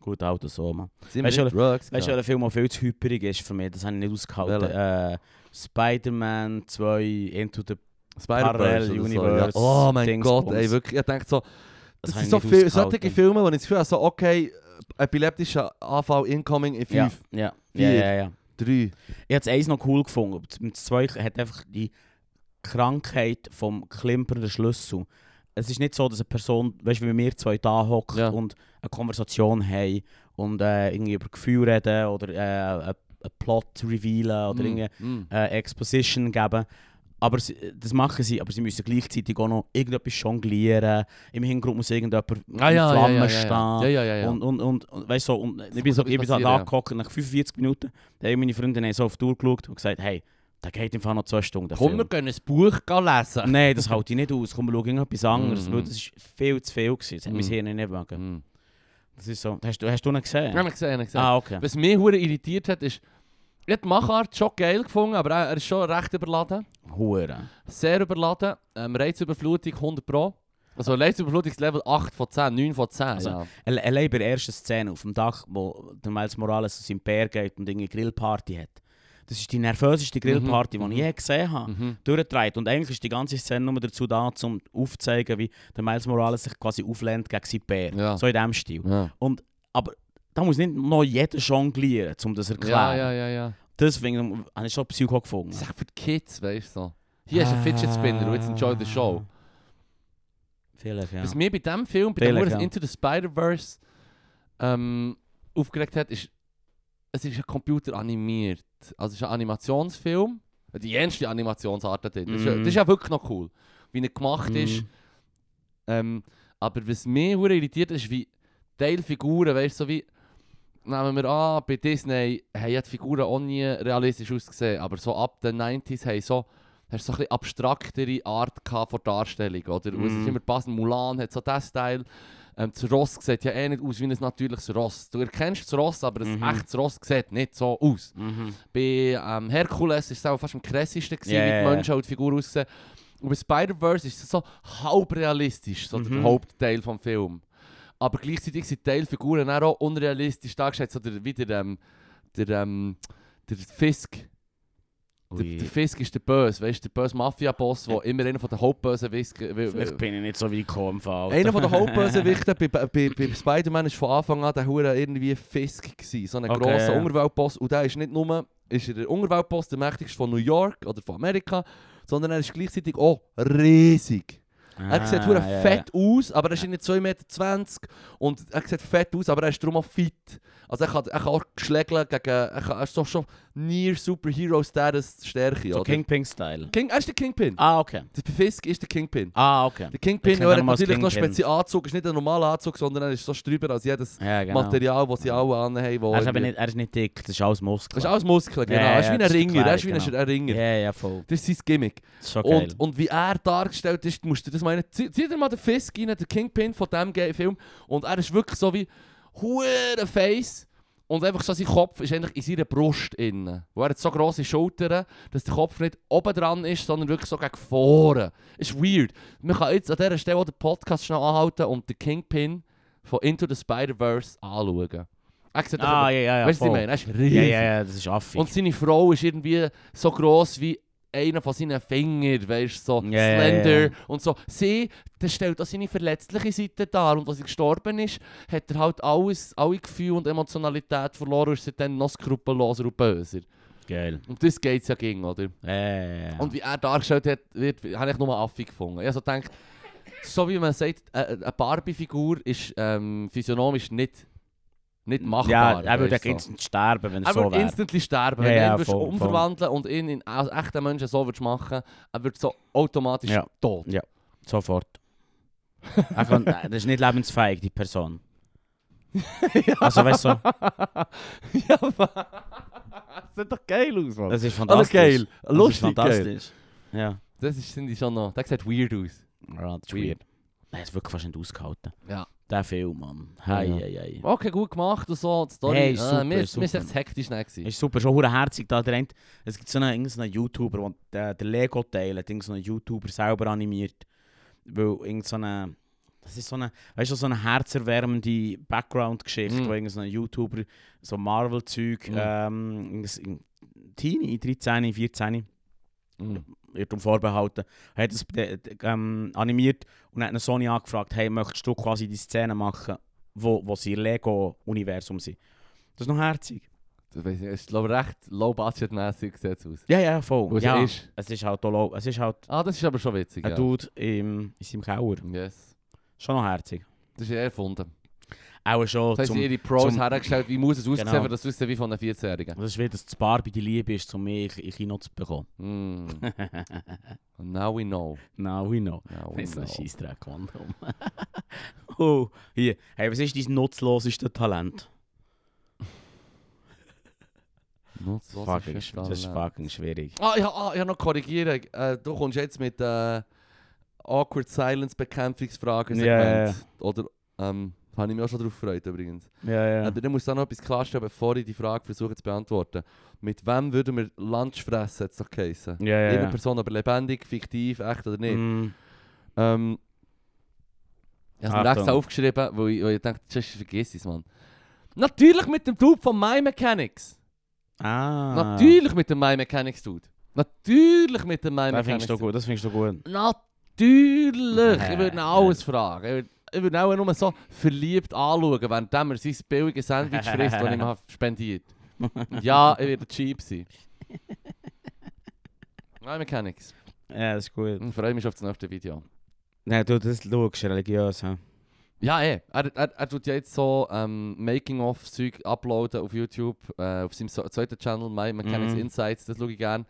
Gut, Auto so, man.
Sind
Weißt du,
mit Drugs
Weißt du,
gegangen?
welcher Film, der viel zu hyperig ist für mich? Das habe ich nicht ausgehalten. Äh, Spider-man 2 Into the...
Spider-Verse oder so,
Universe,
Ja. Oh mein
Dingsbums.
Gott, ey, wirklich. Ich denke so, das, sind
habe ich
so
nicht
viele
ausgehalten.
solche Filme, wo ich das Gefühl habe, so, okay, epileptischer Anfall incoming in 5,
Ja, ja, ja,
vier.
ja. ja.
3.
Ich habe das eins noch cool gefunden. aber Das das zwei hat einfach die Krankheit vom klimpernden Schlüssel. Es ist nicht so, dass eine Person, weißt du, wie wir zwei da hockt
Ja.
und eine Konversation haben und äh, irgendwie über Gefühle reden oder äh, einen einen Plot revealen oder irgendwie
Mm.
äh, Exposition geben. Aber sie, das machen sie, aber sie müssen gleichzeitig auch noch irgendetwas jonglieren. Im Hintergrund muss irgendjemand in
Ah, ja, ja,
Flammen
ja, ja,
stehen.
ja, ja, ja, ja.
Und, und, und, und weißt du, so, und ich bin
muss
so, ich bin so
passieren, ja.
angeguckt, nach 45 Minuten, da haben meine Freunde haben so auf die Uhr geschaut und gesagt, hey, da geht im Fall noch zwei Stunden. der
Komm, wir
Film.
gehen ein Buch gehen lesen.
Nein, das halte ich nicht aus. Komm, wir schauen irgendetwas anderes.
Mhm.
Weil Das war viel zu viel. Gewesen. Das hat mein
Mhm.
Hirn nicht mögen.
Mhm.
Das ist so. Hast du, hast du ihn
Ich habe
gesehen?
gesehen, ich hab gesehen.
Ah, okay.
Was mich hure irritiert hat, ist, ich habe die Machart schon geil gefunden, aber er er ist schon recht überladen.
Hure.
Sehr überladen. Ähm, Reizüberflutung 100 Pro. Also Reizüberflutungslevel 8 von 10, 9 von 10.
Also,
ja.
Alle- Allein bei der ersten Szene auf dem Dach, wo der Miles Morales aus seinem Bär geht und eine Grillparty hat. Das ist die nervöseste Grillparty, die ich je gesehen habe.
Mhm.
Durchgetragen. Und eigentlich ist die ganze Szene nur dazu da, um aufzuzeigen, wie der Miles Morales sich quasi auflehnt gegen seinen Bär.
Ja.
So in diesem Stil.
Ja.
Und, aber da muss nicht noch jeder jonglieren, um das zu
ja,
erklären.
ja, ja, ja.
Deswegen habe ich schon Psycho gefunden.
Das ist echt für die Kids, weißt du. So. Hier
Ah.
ist ein Fidget Spinner und jetzt enjoy the show.
Vielleicht, ja.
Was mir bei diesem Film, bei dem
Vielleicht,
Ur-
ja.
Into the Spider-Verse ähm, aufgeregt hat, ist, es ist ein Computer animiert. Also es ist ein Animationsfilm. Die ernste Animationsart da drin. Das, ist, ja-
Mhm.
das ist ja wirklich noch cool, wie er gemacht ist.
Mhm.
Ähm, aber was mich hure irritiert ist, wie Teilfiguren, weißt du, so wie nehmen wir an, bei Disney haben ja die Figuren auch nie realistisch ausgesehen, aber so ab den 90s haben so, hast du so ein bisschen abstraktere Art gehabt von Darstellung, oder? Und Es ist
Mhm.
immer passend, Mulan hat so diesen Style. Ähm, das Ross sieht ja eh nicht aus wie ein natürliches Ross. Du erkennst das Ross, aber ein
Mhm.
echtes Ross sieht nicht so aus.
Mhm.
Bei ähm, Herkules war es auch fast am krassesten, gewesen,
Ja,
wie
ja,
die
ja.
Menschen halt die Figur aussehen. Und bei Spider-Verse ist es so halb realistisch, so der
Mhm.
Hauptteil des Films. Aber gleichzeitig sind die Teilfiguren dann auch unrealistisch dargestellt, so der, wie der, ähm, der, ähm, der Fisk. Der,
Ui.
der Fisk ist der Böse, weißt du, der böse Mafia-Boss, der immer einer von der Hauptbösen äh,
Vielleicht bin ich nicht so wie Kornfall.
einer von der Hauptbösewichten bei, bei, bei bei Spider-Man war von Anfang an der Hure irgendwie Fisk. Gewesen, so ein
Okay,
grosser
ja.
Unterweltboss. Und der ist nicht nur ist er der Unterweltboss der mächtigste von New York oder von Amerika, sondern er ist gleichzeitig auch riesig. Er
Ah,
sieht hure fett aus, aber er ist nicht 2,20 Meter und er sieht fett aus, aber er ist darum auch fit. Also er kann, er kann auch schlägeln gegen... Er, kann, er ist doch schon near Superhero-Status-Stärke,
So
oder?
Kingpin-Style.
King, er ist der Kingpin.
Ah, okay.
Der Fisk ist der Kingpin.
Ah, okay.
Der Kingpin,
Ich
ja,
kenn
er hat
ihn mal als
natürlich noch einen
Kingpin.
Spezialanzug, ist nicht ein normaler Anzug, sondern er ist so strüber als jedes
Ja, genau.
Material, das sie alle anhaben. wo
Er ist, aber
irgendwie-
nicht, er ist nicht dick, das ist alles Muskeln.
Das ist alles Muskeln, genau.
Ja,
er ist
ja,
wie ein
das ist
Ringer, er ist wie
klar,
ein
genau.
ein Ringer.
Ja, ja, voll.
Das ist sein Gimmick.
Das ist schon geil.
Und, und wie er dargestellt ist, musst du dir das meinen. Zieh, zieh dir mal den Fisk rein, den Kingpin von diesem Ge- Film. Und er ist wirklich so wie hure Face. Und einfach so sein Kopf ist eigentlich in seiner Brust innen. Wo er hat so grosse Schultern, dass der Kopf nicht oben dran ist, sondern wirklich so gegen vorne. Ist weird. Man kann jetzt an dieser Stelle auch den Podcast schnell anhalten und den Kingpin von Into the Spider-Verse anschauen. Er sieht
ah,
einfach-
ja, ja,
weißt du,
ja.
was ich
voll.
meine? Er ist riesig.
Ja, ja, ja, das ist affig.
Und seine Frau ist irgendwie so gross wie einer von seinen Fingern, weißt du, so
Ja, ja,
slender
ja.
und so. Sie, das stellt auch seine verletzliche Seite dar und als er gestorben ist, hat er halt alles, alle Gefühle und Emotionalität verloren und ist seitdem noch skrupelloser und böser.
Geil.
Und das geht es ja gegen, oder?
Ja, ja, ja, ja.
Und wie er dargestellt hat, wird, habe ich nur Affi gefunden. Ich habe so gedacht, so wie man sagt, äh, eine Barbie-Figur ist ähm, physiognomisch nicht, nicht
ja,
machbar.
er würde
weisst du.
instant sterben, wenn er
Er
so
würde
wäre.
instantly sterben.
Ja,
Wenn
ja,
du ihn würdest
voll,
umverwandeln und ihn in als echten Menschen so würdest machen, er wird so automatisch
Ja.
tot.
Sofort. er kann, das ist nicht lebensfähig, die Person. Also, weißt du,
ja, das sieht doch geil aus, Mann.
das ist
Also
fantastisch.
geil,
Das ist
lustig geil.
fantastisch. Ja.
Das ist, sind die schon noch, der sieht weird aus.
Ja, das ist
Weird.
weird. Er ist wirklich fast nicht ausgehalten.
Ja.
Der Film, Mann. Hei,
Ja.
hei, hei.
Okay, gut gemacht und so, die Story.
Hey, super,
äh, mir, mir ist
super.
echt hektisch schnell gewesen.
Ist super, schon hure herzig da der eine- Es gibt so einen, irgendeinen so einen YouTuber, der der- der Lego Teil hat irgend so einen YouTuber selber animiert. Weil irgend so eine das ist so eine, weißt du, so eine herzerwärmende Background-Geschichte,
Mm.
wo irgend so ein YouTuber so Marvel-Zeug,
Mm.
ähm, irgends- irgend- Teenie, 13, 14,
Mhm.
Irrtum vorbehalten, hat es äh, ähm, animiert und hat eine Sony angefragt, hey, möchtest du quasi die Szene machen, wo, wo sie Lego-Universum sind. Das ist noch herzig.
Das weiss ich nicht, es ist glaub ich, recht low-budget-mässig sieht's aus.
Ja, ja, voll.
Weil
Oh, Ja,
es ist...
es ist halt auch low. Es ist halt
Ah, das ist aber schon witzig,
ein
ja.
Dude im, in seinem Keller.
Yes.
Schon noch herzig.
Das ist eher erfunden.
Auch schon
Das heisst,
Oh, zum...
ihre Pros
zum-
hergestellt, wie muss es aussehen,
Genau.
für das aussehen wie von einem 14-Jährigen.
Das ist wie das Spar bei der Liebe ist, um mich in Kino zu bekommen.
Mm. And now we know.
Now we know.
Now we
Das ist ein
know.
Scheissdreck, Mann. oh, hier. Hey, was ist dein nutzloseste Talent?
Nutzloses
Fucking, sch- das ist
Talent.
fucking schwierig.
Ah, ich habe noch korrigieren. Äh, du kommst jetzt mit äh, Awkward Silence Bekämpfungsfragen Segment.
Ja, ja, ja.
Oder ähm, habe ich mich auch schon darauf gefreut übrigens.
Ja, ja.
Aber dann muss ich da noch etwas klarstellen, bevor ich die Frage versuche zu beantworten. Mit wem würden wir Lunch fressen, hat es doch geheißen.
Ja, ja.
Irgendeine Person, aber lebendig, fiktiv, echt oder nicht.
Mm.
Ähm, ich habe es
Achtung.
extra aufgeschrieben, weil ich, weil ich dachte, sonst vergiss ich es, Mann. Natürlich mit dem Typ von My Mechanics.
Ah.
Natürlich mit dem My Mechanics Dude. Natürlich mit dem My Mechanics
Das findest du gut, das findest du gut.
Natürlich!
Nee,
Ich würde ihn alles fragen. Ich würde- Ich würde ihn auch nur so verliebt anschauen, während er sein billiges Sandwich frisst, das ich ihm habe spendiert Und ja, ich werde cheap sein. Nein, Mechanics.
Ja, das ist gut.
Ich freue mich auf das nächste Video.
Nein, du, das schaust religiös. hä?
Ja, eh. Er, er, er tut ja jetzt so ähm, Making-of-Zeug uploaden auf YouTube, äh, auf seinem so- zweiten Channel, My Mechanics
Mhm.
Insights, das schaue ich gerne.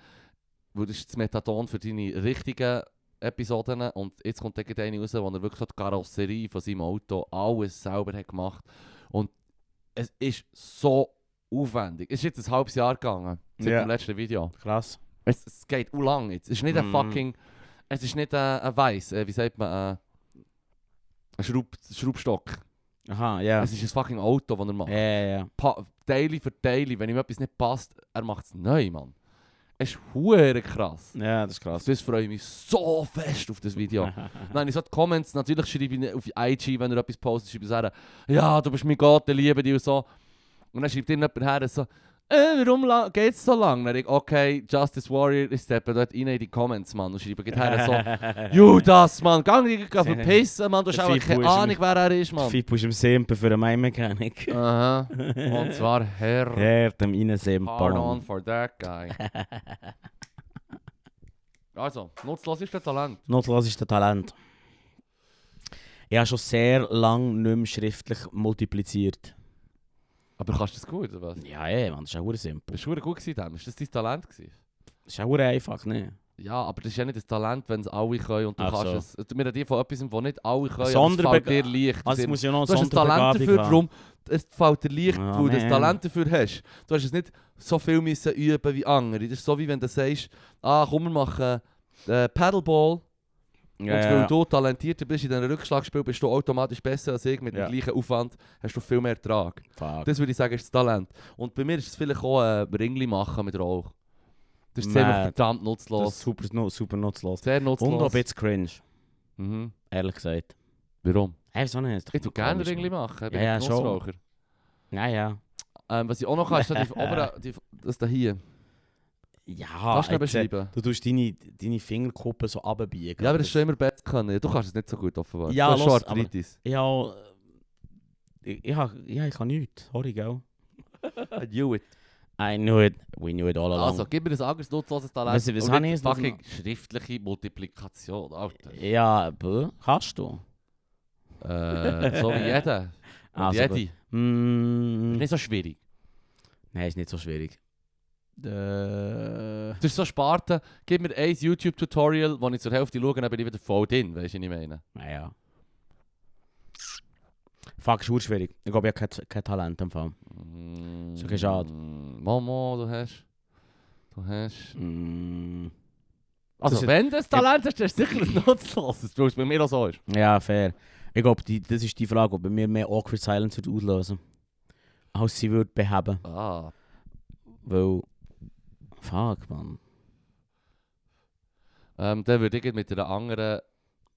Weil das ist das Methadon für deine richtigen Episoden. Und jetzt kommt der eine raus, wo er wirklich so die Karosserie von seinem Auto alles selber hat gemacht Und es ist so aufwendig. Es ist jetzt ein halbes Jahr gegangen, seit
Ja.
dem letzten Video.
Krass.
Es, es geht u lang jetzt. Es ist nicht ein
Mhm.
fucking. Es ist nicht ein, ein Weiss, äh, wie sagt man, äh, ein Schraub, Schraubstock.
Aha, ja.
Es ist ein fucking Auto, das er macht.
Ja, ja, ja.
Pa Teile für Teile, wenn ihm etwas nicht passt, er macht es neu, Mann. Es ist hure krass.
Ja, das ist krass.
Auf das freue ich mich so fest auf das Video. Nein, ich so die Comments, natürlich schreibe ich auf IG, wenn er etwas postet, schreibe ich so her, ja, du bist mein Gott, ich liebe dich und so. Und dann schreibt irgendjemand her so, äh, warum geht es so lang? Dann ich, okay, Justice Warrior, ich steppe dort rein in die Comments, Mann, und schreibe gleich her so, Judas, Mann, geh dich verpissen, Mann, du hast
Der
auch
Fibu
keine
ist im-
Ahnung, wer er ist, Mann.
Fippo ist im Simpen für eine Meinmechanik.
Aha. Und zwar Herr.
Herr, dem Innensimpen.
Hard on for that guy. Also, nutzlos ist der Talent.
Notlos ist der Talent. Ich habe schon sehr lange nicht mehr schriftlich multipliziert.
Aber kannst du das gut, oder was?
Ja, ey, man, das ist ja hure simpel.
Bist du verdammt gut gewesen, dann? Ist das dein Talent gewesen?
Das ist ja hure einfach, ne?
Ja, aber das ist ja nicht das Talent, wenn es alle können und du
Ach
kannst es. Also, Wir reden hier von etwas, das nicht alle können,
Sonderbega-
aber es fällt dir leicht.
Also, es
Sim.
muss ja noch
du hast ein Talent dafür, darum, es fällt dir leicht,
Ja,
weil du das
man.
Talent dafür hast. Du hast es nicht so viel müssen üben wie andere. Das ist so, wie wenn du sagst, ah komm, wir machen äh, Paddleball. Und weil
Ja,
du talentierter bist in diesem Rückschlagspiel, bist du automatisch besser als ich. Mit
Ja.
dem gleichen Aufwand hast du viel mehr Ertrag.
fuck.
Das würde ich sagen, ist das Talent. Und bei mir ist es vielleicht auch äh, Ringli machen mit Rauch. Das ist
Mad.
ziemlich verdammt
Das ist
nutzlos.
super, nu- super nutzlos.
Sehr
Und auch ein
nutzlos.
bisschen cringe,
Mhm.
ehrlich gesagt.
Warum?
Hey, so nicht.
Ich würde gerne Ringli machen. Ich bin
Ja, ja,
ein
schon.
Nussraucher.
Ja, ja.
Ähm, was ich auch noch kann, ist da die oberen, die, das da hier.
Ja,
Kannst du nicht
jetzt, äh,
beschreiben?
du tust deine, deine Fingerkuppen so runterbiegen.
Ja, aber das ist schon immer besser können. Du kannst es nicht so gut offenbar.
Ja,
du hast schon
los, aber-
Arthritis.
Ja, äh, ich, ich, hab- ja, ich kann nichts. Sorry, gell?
I knew it.
I knew it. We knew it all along.
Also, gib mir ein anderes nutzloses Talent.
Was- was
Und
habe
nicht
ich jetzt noch-
fucking schriftliche Multiplikation, Alter.
Ja, bö, kannst du.
Äh, so wie jeder. Und
Also
jede.
gut. Ah, Mm,
Ist nicht so schwierig.
Nein, ist nicht so schwierig. Äh,
Das ist so Sparte. Gib mir ein YouTube-Tutorial, wo ich zur Hälfte schaue, dann bin ich wieder voll drin. Weißt du, was ich meine?
naja. Fuck, ist verdammt schwierig. Ich glaube, ich habe kein, kein Talent im Fall.
Mm,
Ist okay, schade.
Momo, Mm, du hast. Du hast.
Mm,
Also,
ist-
wenn du ein Talent hast, dann ist es sicher ein nutzloses, weil es bei mir auch so ist.
ja, fair. Ich glaube, die, das ist die Frage, ob bei mir mehr Awkward Silence würde auslösen als sie würde beheben.
Ah.
Weil. Fuck, man.
Ähm, dann würde ich jetzt mit einer anderen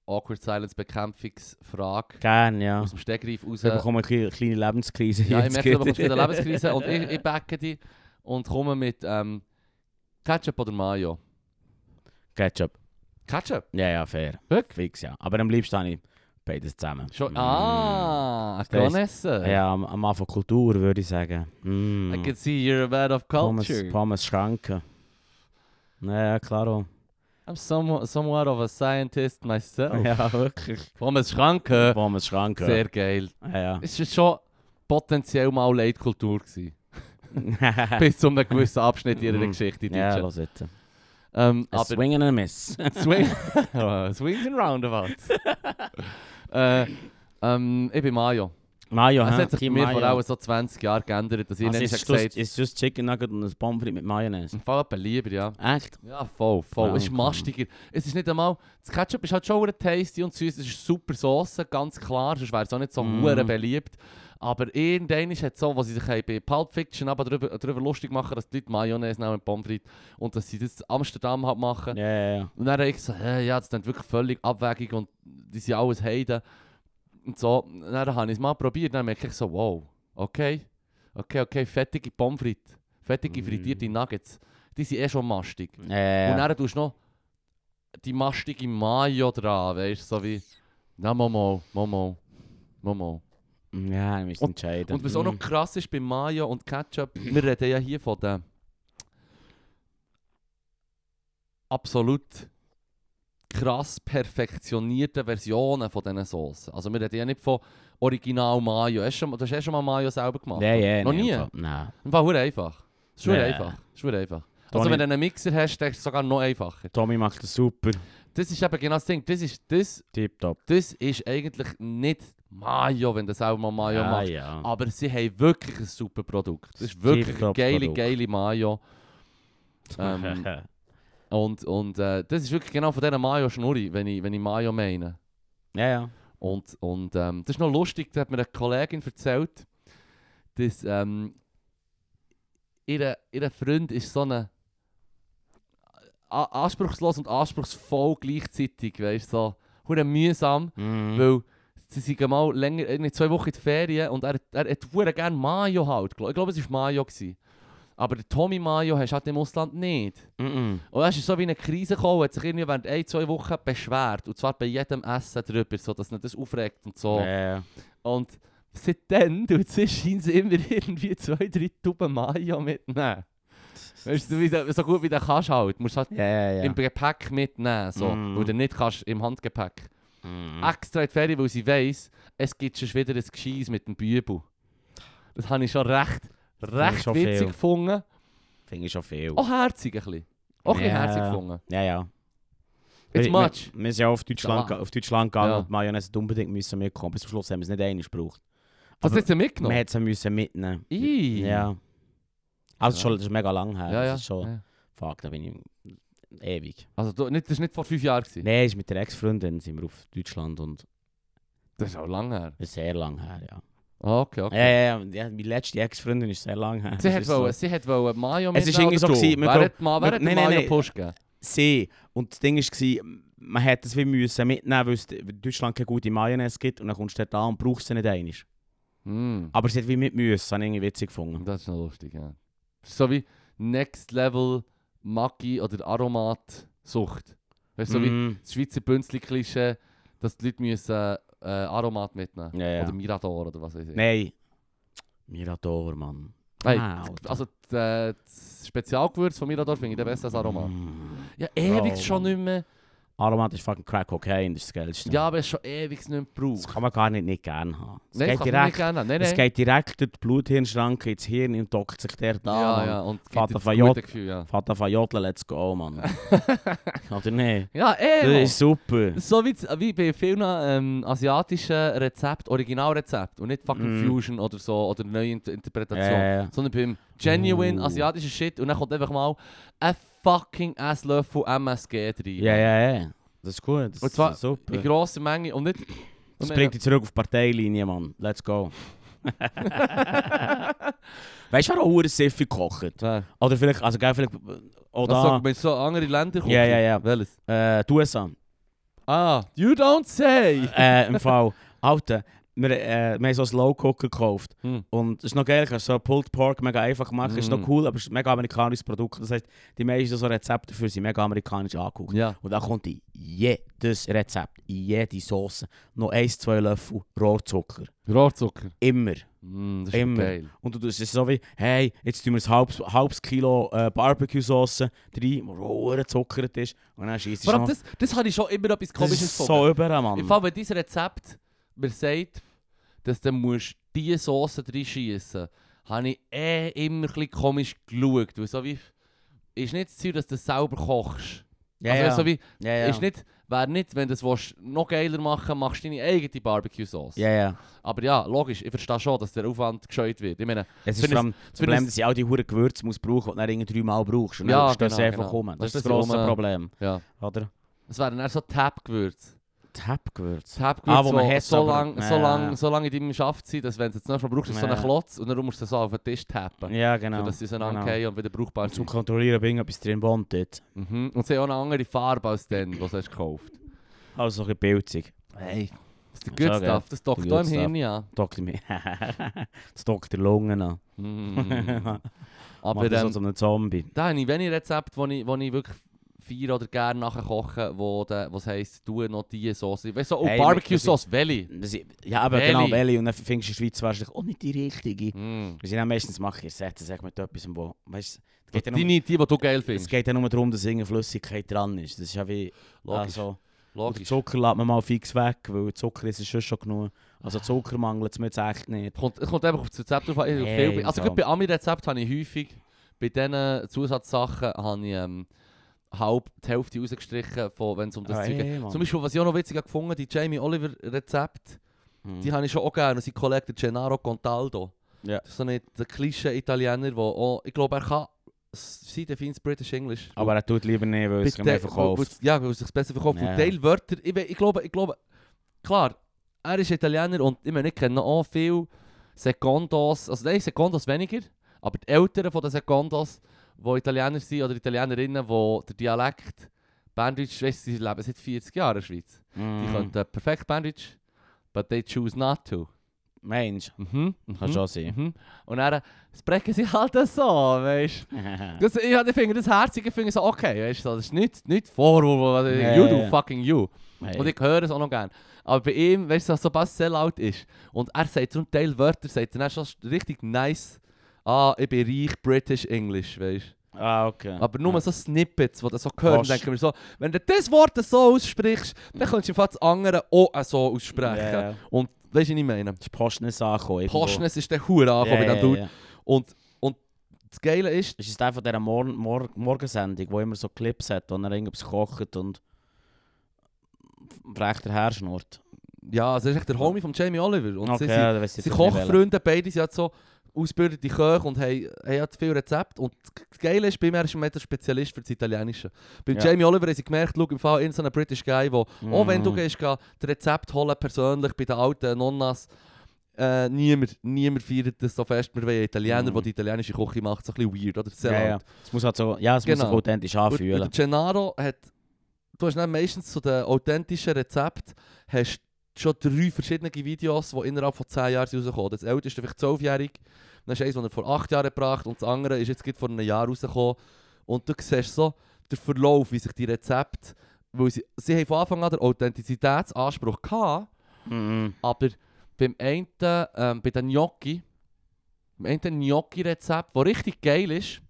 Awkward Silence-Bekämpfungsfrage
Gern, ja.
aus dem Stegreif raus.
Da bekomme ich eine kleine Lebenskrise.
Ja, ich
jetzt
merke, du
gerade.
bekommst wieder Lebenskrise und ich, ich backe dich und komme mit ähm, Ketchup oder Mayo.
Ketchup.
Ketchup?
Ja, ja, fair.
Wirklich?
Fix, ja. Aber am liebsten habe ich Beides zusammen.
Schon,
Mm.
ah,
Das heisst-
Granesse.
Ja, am, am Anfang Kultur würde ich sagen. Mm.
I can see you're a man of
Pommes,
culture.
Pommes Schranken. Naja, klaro.
I'm somewhat, somewhat of a scientist myself.
Ja, wirklich.
Pommes Schranke,
Pommes Schranken.
sehr geil.
Ja,
Es war schon potenziell mal Leitkultur. Gewesen.
ja.
Bis zu einem gewissen Abschnitt ihrer
Mhm.
Geschichte. die
ja,
Deutschen.
los jetzt.
ähm,
A
aber
swing and a miss.
Swing oh, Swings and Roundabouts. äh, ähm, ich bin Mayo.
Mayo,
Es
hä?
hat sich bei
Team
mir
Mayo.
vor allem so 20 Jahren geändert, dass ich
Also
also
ist,
gesagt
just,
habe,
ist just Chicken Nugget und ein Pommes frites mit Mayonnaise.
im Fall etwa lieber, ja.
Echt?
Ja, voll, voll. Es ist
Welcome.
mastiger. Es ist nicht einmal... Das Ketchup ist halt schon verdammt tasty und süß. Es ist super Sauce, ganz klar. Sonst wäre es auch nicht so
Mm.
mm. beliebt. Aber irgendwann ist es so, was sie sich haben bei Pulp Fiction aber darüber, darüber lustig machen, dass die Leute Mayonnaise nehmen mit Pommes frites und dass sie das in Amsterdam halt machen.
Ja, ja, ja.
Und dann habe ich gesagt, hey, ja, das ist wirklich völlig abwägig und die sind alles Heiden. Und so, Und dann habe ich es mal probiert und dann merke ich so, wow, okay, okay, okay, fettige Pommes frites, fettige
Mm.
frittierte Nuggets, die sind eh schon mastig.
Ja, ja,
Und
ja.
dann tust du noch die mastige Mayo dran, weißt du, so wie, na, Momo, Momo, Momo.
Ja, ich muss
Und-
entscheiden.
Und was auch noch
Mm.
krass ist bei Mayo und Ketchup, wir reden ja hier von den absolut krass perfektionierten Versionen von diesen Soßen. Also wir reden ja nicht von Original Mayo. Hast du, schon, du hast eh schon mal Mayo selber gemacht?
Ja, ja,
Noch
nee, Nou,
nie?
im Fall. Nein.
Im Fall verdammt einfach. Ist schon
Nee.
einfach. Ist verdammt einfach. Also
Toni-
wenn du einen Mixer hast, dann ist es sogar noch einfacher.
Tommy macht das super.
Das ist eben genau das Ding. Das ist, das,
Tipptopp.
das ist eigentlich nicht Mayo, wenn du selber mal Mayo Ah,
ja,
machst.
Ah, ja.
Aber sie haben wirklich ein super Produkt. Es ist wirklich eine
Tipptopp
geile,
Produkt.
geile Mayo. Ähm, und und äh, das ist wirklich genau von dieser Mayo-Schnurri, wenn ich, wenn ich Mayo meine.
ja, ja.
Und, und ähm, das ist noch lustig, da hat mir eine Kollegin erzählt, dass ähm, ihre, ihre Freund ist so eine a- anspruchslos und anspruchsvoll gleichzeitig, weißt du, so hure mühsam.
Mhm.
Weil sie sind mal länger, irgendwie zwei Wochen in die Ferien und er, er hat hure gerne Mayo halt. gl- Ich glaube, es war Mayo. Gewesen. Aber der Tommy Mayo hast du halt im Ausland nicht.
Mhm.
Und er ist so wie in eine Krise gekommen, hat sich irgendwie während ein, zwei Wochen beschwert. Und zwar bei jedem Essen drüber, so dass ihn das aufregt und so.
Ja, ja.
Und seitdem tut sie scheint immer irgendwie zwei, drei Tuben Mayo mitnehmen. Weißt du, wie du- so gut wie du kannst halt. Musst halt
Ja, ja, ja.
im Gepäck mitnehmen, so.
Mm.
Weil du nicht kannst im Handgepäck.
Mhm.
extra in die Ferien, weil sie weiss, es gibt schon wieder ein Gescheiss mit dem Bübel. Das habe ich schon recht,
finde ich
recht
schon
witzig
viel.
gefunden.
Finde ich schon viel.
Auch herzig ein bisschen. Auch ein bisschen
Ja.
herzig gefunden.
Ja, ja.
It's
Wir-
much.
Wir, wir sind ja auf Deutschland,
Ja.
ge- auf Deutschland gegangen
Ja.
und die Mayonnaise hat unbedingt müssen mitkommen. Bis zum Schluss haben wir es nicht einmal gebraucht.
Was
aber-
hast du
Wir
mitgenommen?
hätten sie müssen mitnehmen.
Ih.
Ja. Also
Ja.
schon, das ist mega lang her.
ja,
Das
ja.
ist schon,
ja.
fuck, da bin ich ewig.
Also du, nicht, das war nicht vor fünf Jahren. Gewesen.
Nein, ist mit der Ex-Freundin sind wir auf Deutschland und
Das ist auch lange her.
das ist sehr lang her, ja.
Ah, okay, okay.
Ja, ja, ja, ja. Meine letzte Ex-Freundin ist sehr lang her.
Sie
Das
hat,
ist
wollen, sie hat wollen Mayo
Es ist
mitnehmen oder
irgendwie so
du?
gewesen, wir
Wer
glaub-
hat Ma-
wir-
wer hat
nein,
den
nein,
Mayo
nein.
Push gegeben?
sie. Und das Ding war, man hätte es wie müssen mitnehmen, weil es in Deutschland keine gute Mayonnaise gibt und dann kommst du dort an und brauchst sie nicht einmal.
Hm,
Aber sie hat wie mit müssen, das habe ich irgendwie witzig gefunden.
Das ist noch lustig, ja. So wie Next Level Maggi oder Aromat-Sucht. Weißt du, so wie
Mm.
das Schweizer Bünzli-Klischee, dass die Leute müssen, äh, Aromat mitnehmen
Ja, ja.
Oder Mirador oder was weiß ich.
Nein. Mirador, Mann.
Hey,
Ah,
das-
Alter.
also die, äh, das Spezialgewürz von Mirador finde ich der beste als Aromat.
Mm.
Ja, ewig
Bro,
schon nicht mehr.
Aromat ist fucking Crack Cocaine, das ist das Geilste.
Ja, aber es ist schon ewig nicht mehr
Das
gebraucht.
kann man gar nicht, nicht gerne haben. Es
Nein, kann man
geht
nicht
direkt,
gerne. haben. Nein,
es
nein.
geht direkt durch die Bluthirnschranke ins Hirn und dockt sich dort an.
ja,
Mann.
ja, und gibt
Vater
dir das
von
gute
Jod.
Gefühl, ja.
Fährt an zu jodeln, let's go, Mann. Oder nicht?
Ja,
Das
eh.
ist super.
Mann. So wie, z- wie bei vielen ähm, asiatischen Rezepten, Originalrezept und nicht fucking
Mm.
Fusion oder so oder neue Inter Interpretation.
Ja, ja.
sondern beim genuine
Uh.
asiatischen Shit und dann kommt einfach mal ein fucking Esslöffel MSG rein.
Ja, ja, ja. Das ist gut. Das
Und zwar-
ist super.
In grosser Menge und nicht...
Das bringt dich zurück auf die Parteilinie, Mann. Let's go. weißt du, wer auch Siffi kocht?
Ja.
Oder vielleicht, also gell, vielleicht,
Das
oder,
sagt man so andere Länder kochen.
Ja, ja, ja.
Welches?
äh, du es an.
Ah, you don't say!
Eh, Äh, im Fall, Alter, wir, äh, wir haben so einen Slow Cooker gekauft.
Hm.
Und es ist noch geil, kannst so Pulled Pork mega einfach machen, ist noch
Mm.
cool, aber es ist ein mega amerikanisches Produkt. Das heißt, die meisten so Rezepte dafür sind mega amerikanisch angeguckt.
Ja.
Und dann kommt in jedes Rezept, in jede Sauce noch ein, zwei Löffel Rohrzucker.
Rohrzucker.
Immer.
Mm, das ist
Immer.
geil.
Und du es ist so wie, hey, jetzt tun wir ein halbes, halbes Kilo äh, Barbecue-Sauce rein, die rohrzuckert ist. Und dann schießt es
Vor allem, das, das habe ich schon immer etwas
Das
Komisches
ist so über, Mann.
Im Fall, wenn dein Rezept mir sagt, dass du musst diese Soße reinschiessen musst, habe ich eh immer ein bisschen komisch geschaut. Weil so wie, ist nicht das Ziel, dass du das selber kochst.
ja,
also
ja.
so wie,
ja, ja.
ist nicht, wäre nicht, wenn du es willst, noch geiler machen machst du deine eigene Barbecue-Sauce.
ja, ja.
Aber ja, logisch, ich verstehe schon, dass der Aufwand gescheut wird. Ich meine,
Es
Für
ist vor
ein-
allem das
für
Problem,
ein-
dass ich all die hohen Gewürze muss brauchen, die du dann irgendwie dreimal brauchst. Und
Ja,
dann stehst du
genau,
einfach
genau.
rum. Das,
Das
ist
ist
das grosse
rum, äh,
Problem.
ja.
Oder?
Es wären eher so Tab-Gewürze.
Tab-Gewürze.
Tab-Gewürze,
Ah, wo man
die
hat,
so
aber-
lange so
Ja.
lang, so lang in deinem Schaft sind, dass wenn du es jetzt noch mal brauchst, ist so
Ja.
einen Klotz und dann musst du es so auf den Tisch tappen.
Ja,
Genau.
genau.
Dass sie so
Genau.
genau. und wieder brauchbar
Zum
sind.
Kontrollieren bin ich etwas drin bontet.
Mhm. Und sie haben auch eine andere Farbe als den, die du hast gekauft
Also so ein bisschen pilzig.
Hey, das ist der
Ja,
Good
gell.
Stuff. Das dockt
Der
auch
Good
im Hirn an.
Dockt mich. das dockt der Lungen an.
Mm.
Aber
Aber
dann so
ähm,
zu einem Zombie.
da habe ich wenige Rezepte, die ich, wo ich wirklich feiere oder gerne nachher koche, wo de, was heisst, du noch diese Sauce. Weißt du, so, oh,
Hey,
Barbecue-Sauce, welche?
Das i- Ja, aber
Welche?
genau, welche. Und dann findest du in der Schweiz wahrscheinlich auch nicht die richtige.
Mm.
Was ich dann meistens mache, ich ersetze es echt mit etwas, wo... Weißt, es geht ja
Deine,
nur,
die, die du geil
um- es
findest.
geht ja nur darum, dass irgendeine Flüssigkeit dran ist. Das ist ja wie...
Logisch.
Also, Und den
logisch.
Zucker lässt man mal fix weg, weil Zucker ist ja schon schon genug. Also Zucker mangelt es mir jetzt echt nicht.
Kommt, es kommt einfach auf das Rezept drauf an. Ich-
Hey,
viel- also
Mann.
gerade bei Ami-Rezepten habe ich häufig, bei diesen Zusatzsachen habe ich ähm, halb die Hälfte rausgestrichen, von, wenn es um das Zeug geht. Zum Beispiel, was ich auch noch witzig habe gefunden die Jamie Oliver-Rezept,
Hm.
die habe ich schon auch gerne. Und sein Kollege der Gennaro Contaldo.
Mhm. Ja.
Das ist so ein der Klischee-Italiener, der auch, ich glaube, er kann sein defines British English.
Aber er tut lieber nicht, weil es
Bitte-
ihm mehr
weil-
verkauft.
weil- Ja, weil es sich besser verkauft.
Ja.
Und Teilwörter, ich, we- ich glaube, ich glaube, klar, er ist Italiener und ich meine, ich kenne auch viele Secondos, also nein, Secondos weniger, aber die Eltern von den Secondos, die Italiener sind oder Italienerinnen, die den Dialekt Berndeutsch, weißt du, sie leben seit 40 Jahren in der Schweiz.
Hm.
Die
Mhm.
könnten perfekt Berndeutsch, but they choose not to.
Mensch,
Mhm,
kann
mhm,
schon sein.
mhm. Und dann sprechen sie halt so, weißt du. Das, ich hab- ich finde das Herzige finde ich so, okay, weißt du, so, das ist nicht, nicht Vorwurf, also,
Nee.
you do fucking you.
Hey.
Und ich höre es auch noch gerne. Aber bei ihm, weißt du, so Bass Sellout ist und er sagt zum Teil Wörter, sagt er dann schon richtig nice, ah, ich bin reich British English, weißt du.
Ah, okay.
Aber nur so Snippets, die du so hörst,
Was?
denke ich mir so, wenn du das Wort so aussprichst, dann kannst du im Fall das andere auch so aussprechen.
Ja, ja.
Und weißt du, was ich meine?
Das ist Postness angekommen. irgendwo.
Postness ist der Hure angekommen bei diesem
Ja, ja,
Dude.
ja.
Und, und das Geile ist,
Ist es einfach dieser Mor Mor Morgensendung, wo immer so Clips hat, wo er irgendwas kocht und rechter herschnurrt.
Ja, also das ist echt der Homie von Jamie Oliver. Und
Okay,
sie
ja,
sind,
da weiss ich
sie
jetzt nicht welcher.
Kochfreunde, beide sind halt so ausgebildete Köche und haben, haben halt viel Rezepte. Und das Geile ist, bei mir ist er ein Spezialist für das Italienische. Beim
Ja.
Jamie Oliver haben sie gemerkt, schau, im Fall irgend so ein British Guy, der, auch wenn du
Mhm.
gehst, geh das Rezept holen, persönlich bei den alten Nonnas, äh, niemand, niemand feiert das so fest. Wir wollen einen Italiener,
Mhm.
der die italienische Küche macht, so ein bisschen weird, oder?
Ja, ja. Es muss halt so, ja, es muss
Genau.
sich authentisch
Und- und der
anfühlen.
Gennaro hat, du hast dann meistens zu den authentischen Rezept hast schon drei verschiedene Videos, die innerhalb von 10 Jahren sind rausgekommen. Das älteste ist vielleicht 12-jährig, dann ist eins, das er vor 8 Jahren gebracht und das andere ist jetzt gerade vor einem Jahr rausgekommen. Und du siehst so den Verlauf, wie sich die Rezepte, weil sie, sie haben von Anfang an den Authentizitätsanspruch gehabt,
Mhm.
aber beim einen, ähm, bei den Gnocchi, beim einen Gnocchi-Rezept, das richtig geil ist,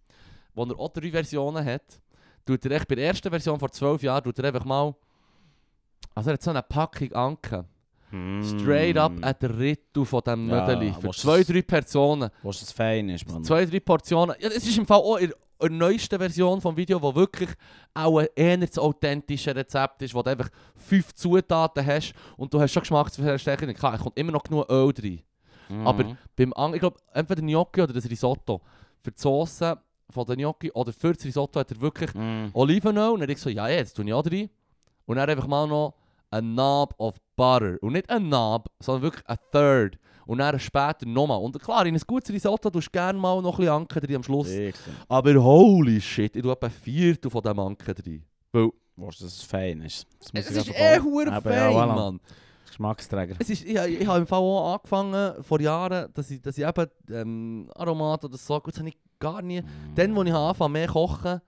wo er auch drei Versionen hat, tut er echt bei der ersten Version vor 12 Jahren, tut er einfach mal, also er hat so eine Packung Anke, Mm. straight up
Mhm.
at der Ritu von diesem
Ja,
Mödeli, für
was
zwei,
das-
drei Personen,
Was es fein ist, Mann.
zwei, drei Portionen, ja, das ist im Fall auch in der neuesten Version vom Video, wo wirklich auch ein eher das authentische Rezept ist, wo du einfach fünf Zutaten hast und du hast schon Geschmacksverstärkung, klar, es kommt immer noch genug Öl rein.
Mhm.
Aber beim Ang ich glaube, entweder Gnocchi oder das Risotto. Für die Soße von den Gnocchi oder für das Risotto hat er wirklich
Mhm.
Olivenöl. Und dann ich so, ja, ja, jetzt tue ich auch rein. Und dann einfach mal noch ein Knob nou, of Butter. Und nicht ein Knob, sondern wirklich ein Third. Und dann später nochmal. Und klar, in ein gutes Risotto tust du gerne mal noch ein bisschen Anke drin am Schluss.
Sicher.
Aber holy shit, ich tue etwa ein Viertel von diesem Anke drin. Weil
Was das fein ist. Das
es ist
ich einfach
eh
auch-
hure
Aber
fein,
voilà.
Mann.
Das Geschmacksträger.
Es ist, ich, ich, ich habe im Fall auch angefangen, vor Jahren, dass ich, dass ich eben ähm, Aromat oder so, gut, das habe ich gar nie... Dann, als ich anfange, mehr kochen,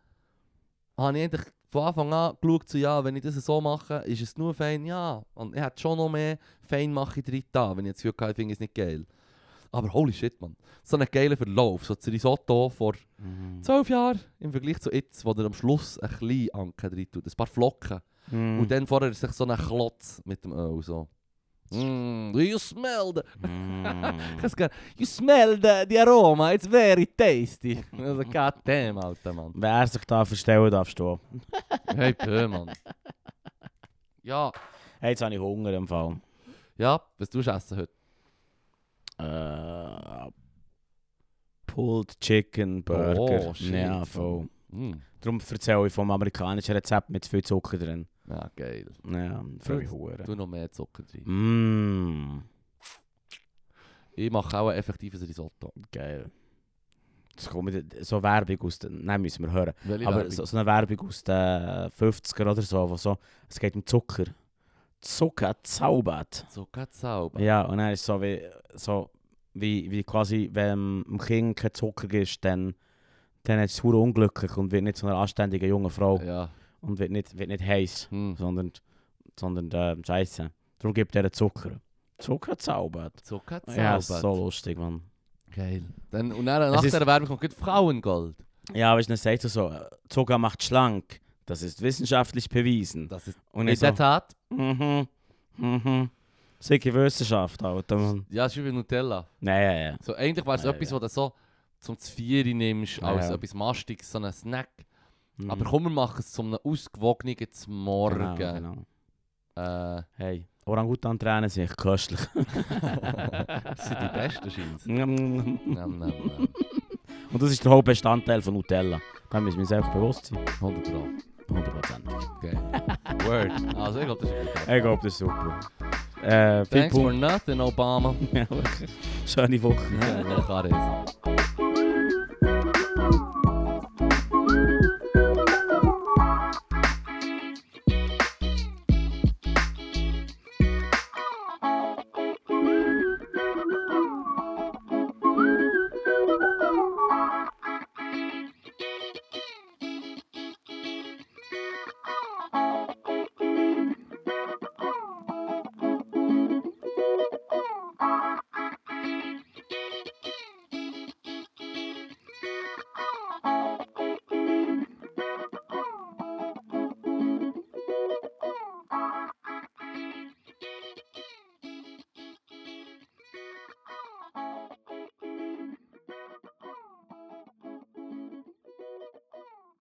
habe ich eigentlich von Anfang an geschaut, so, ja, wenn ich das so mache, ist es nur fein, ja. Und ich hätte schon noch mehr fein mache ich drin da, wenn ich jetzt Gefühl hatte, ich finde es nicht geil. Aber holy shit, man. So einen geilen Verlauf, so das Risotto vor
Mhm.
zwölf Jahren im Vergleich zu jetzt, wo er am Schluss ein kleines Anken drin tut, ein paar Flocken.
Mhm.
Und dann vorher ist sich so ein Klotz mit dem Öl, so. Mm, do you smell the...
Mhm.
Ich kann You smell the, the aroma, it's very tasty. Also, goddamn, alter Mann.
Wer sich da verstellen darf, du.
Hey, Pö, Mann. Ja,
Hey, jetzt habe ich Hunger im Fall.
ja, was tust du essen heute?
Äh, Pulled Chicken Burger.
Oh, shit.
Ja, voll.
Mm.
Darum erzähle ich vom amerikanischen Rezept mit viel Zucker drin.
Ja, geil.
Ja, freue mich hure.
Tu noch mehr Zucker rein.
Mmm,
Ich mache auch ein effektives Risotto.
geil. Das kommt mit, so Werbung aus den... Nein, müssen wir hören.
Welche
Aber
Werbung?
so, so eine Werbung aus den eh, 50er oder so, wo so... Es geht um Zucker. Zucker zaubert.
Zucker zaubern.
Ja, und dann ist so wie, so wie, wie quasi, wenn dem Kind kein Zucker gibst, dann, dann ist es hure unglücklich und wird nicht zu einer anständigen jungen Frau
Ja.
und wird nicht, wird nicht heiß,
Hm.
sondern, sondern äh, scheiße. Darum gibt er Zucker. Zucker zaubert.
Zucker zaubern.
Ja, ist so lustig, Mann.
Geil. Dann, und dann, nach
ist-
dieser Werbung kommt gleich Frauengold.
Ja, aber ich sagt er so, äh, Zucker macht schlank. Das ist wissenschaftlich bewiesen.
Das ist
Und
in
ich so,
der Tat,
mhm, mhm. Sicke Wissenschaft, Alter, Mann.
ja, ist wie bei Nutella.
Nein, ja, ja.
So, eigentlich wäre es
Ah, Ja,
etwas,
ja.
was du so zum Zvieri nimmst,
Ja,
als
ja.
etwas Mastiges, so einen Snack.
Mhm.
Aber komm, wir machen es zum ausgewogenen
Genau,
Morgen.
genau.
Äh,
Hey, Orangutan-Tränen sind echt köstlich.
das sind die besten Scheins.
Und
Nein, nein, nein.
das ist der Hauptbestandteil von Nutella. Da müssen wir uns einfach bewusst sein.
100 Gramm.
100%.
Okay. Word. Ah, Also, ich glaube, das ist gut.
Ich glaube, das ist super. Äh, viel
Thanks for
Punkt.
nothing, Obama.
Schöne Woche.
Ja, ich kann das.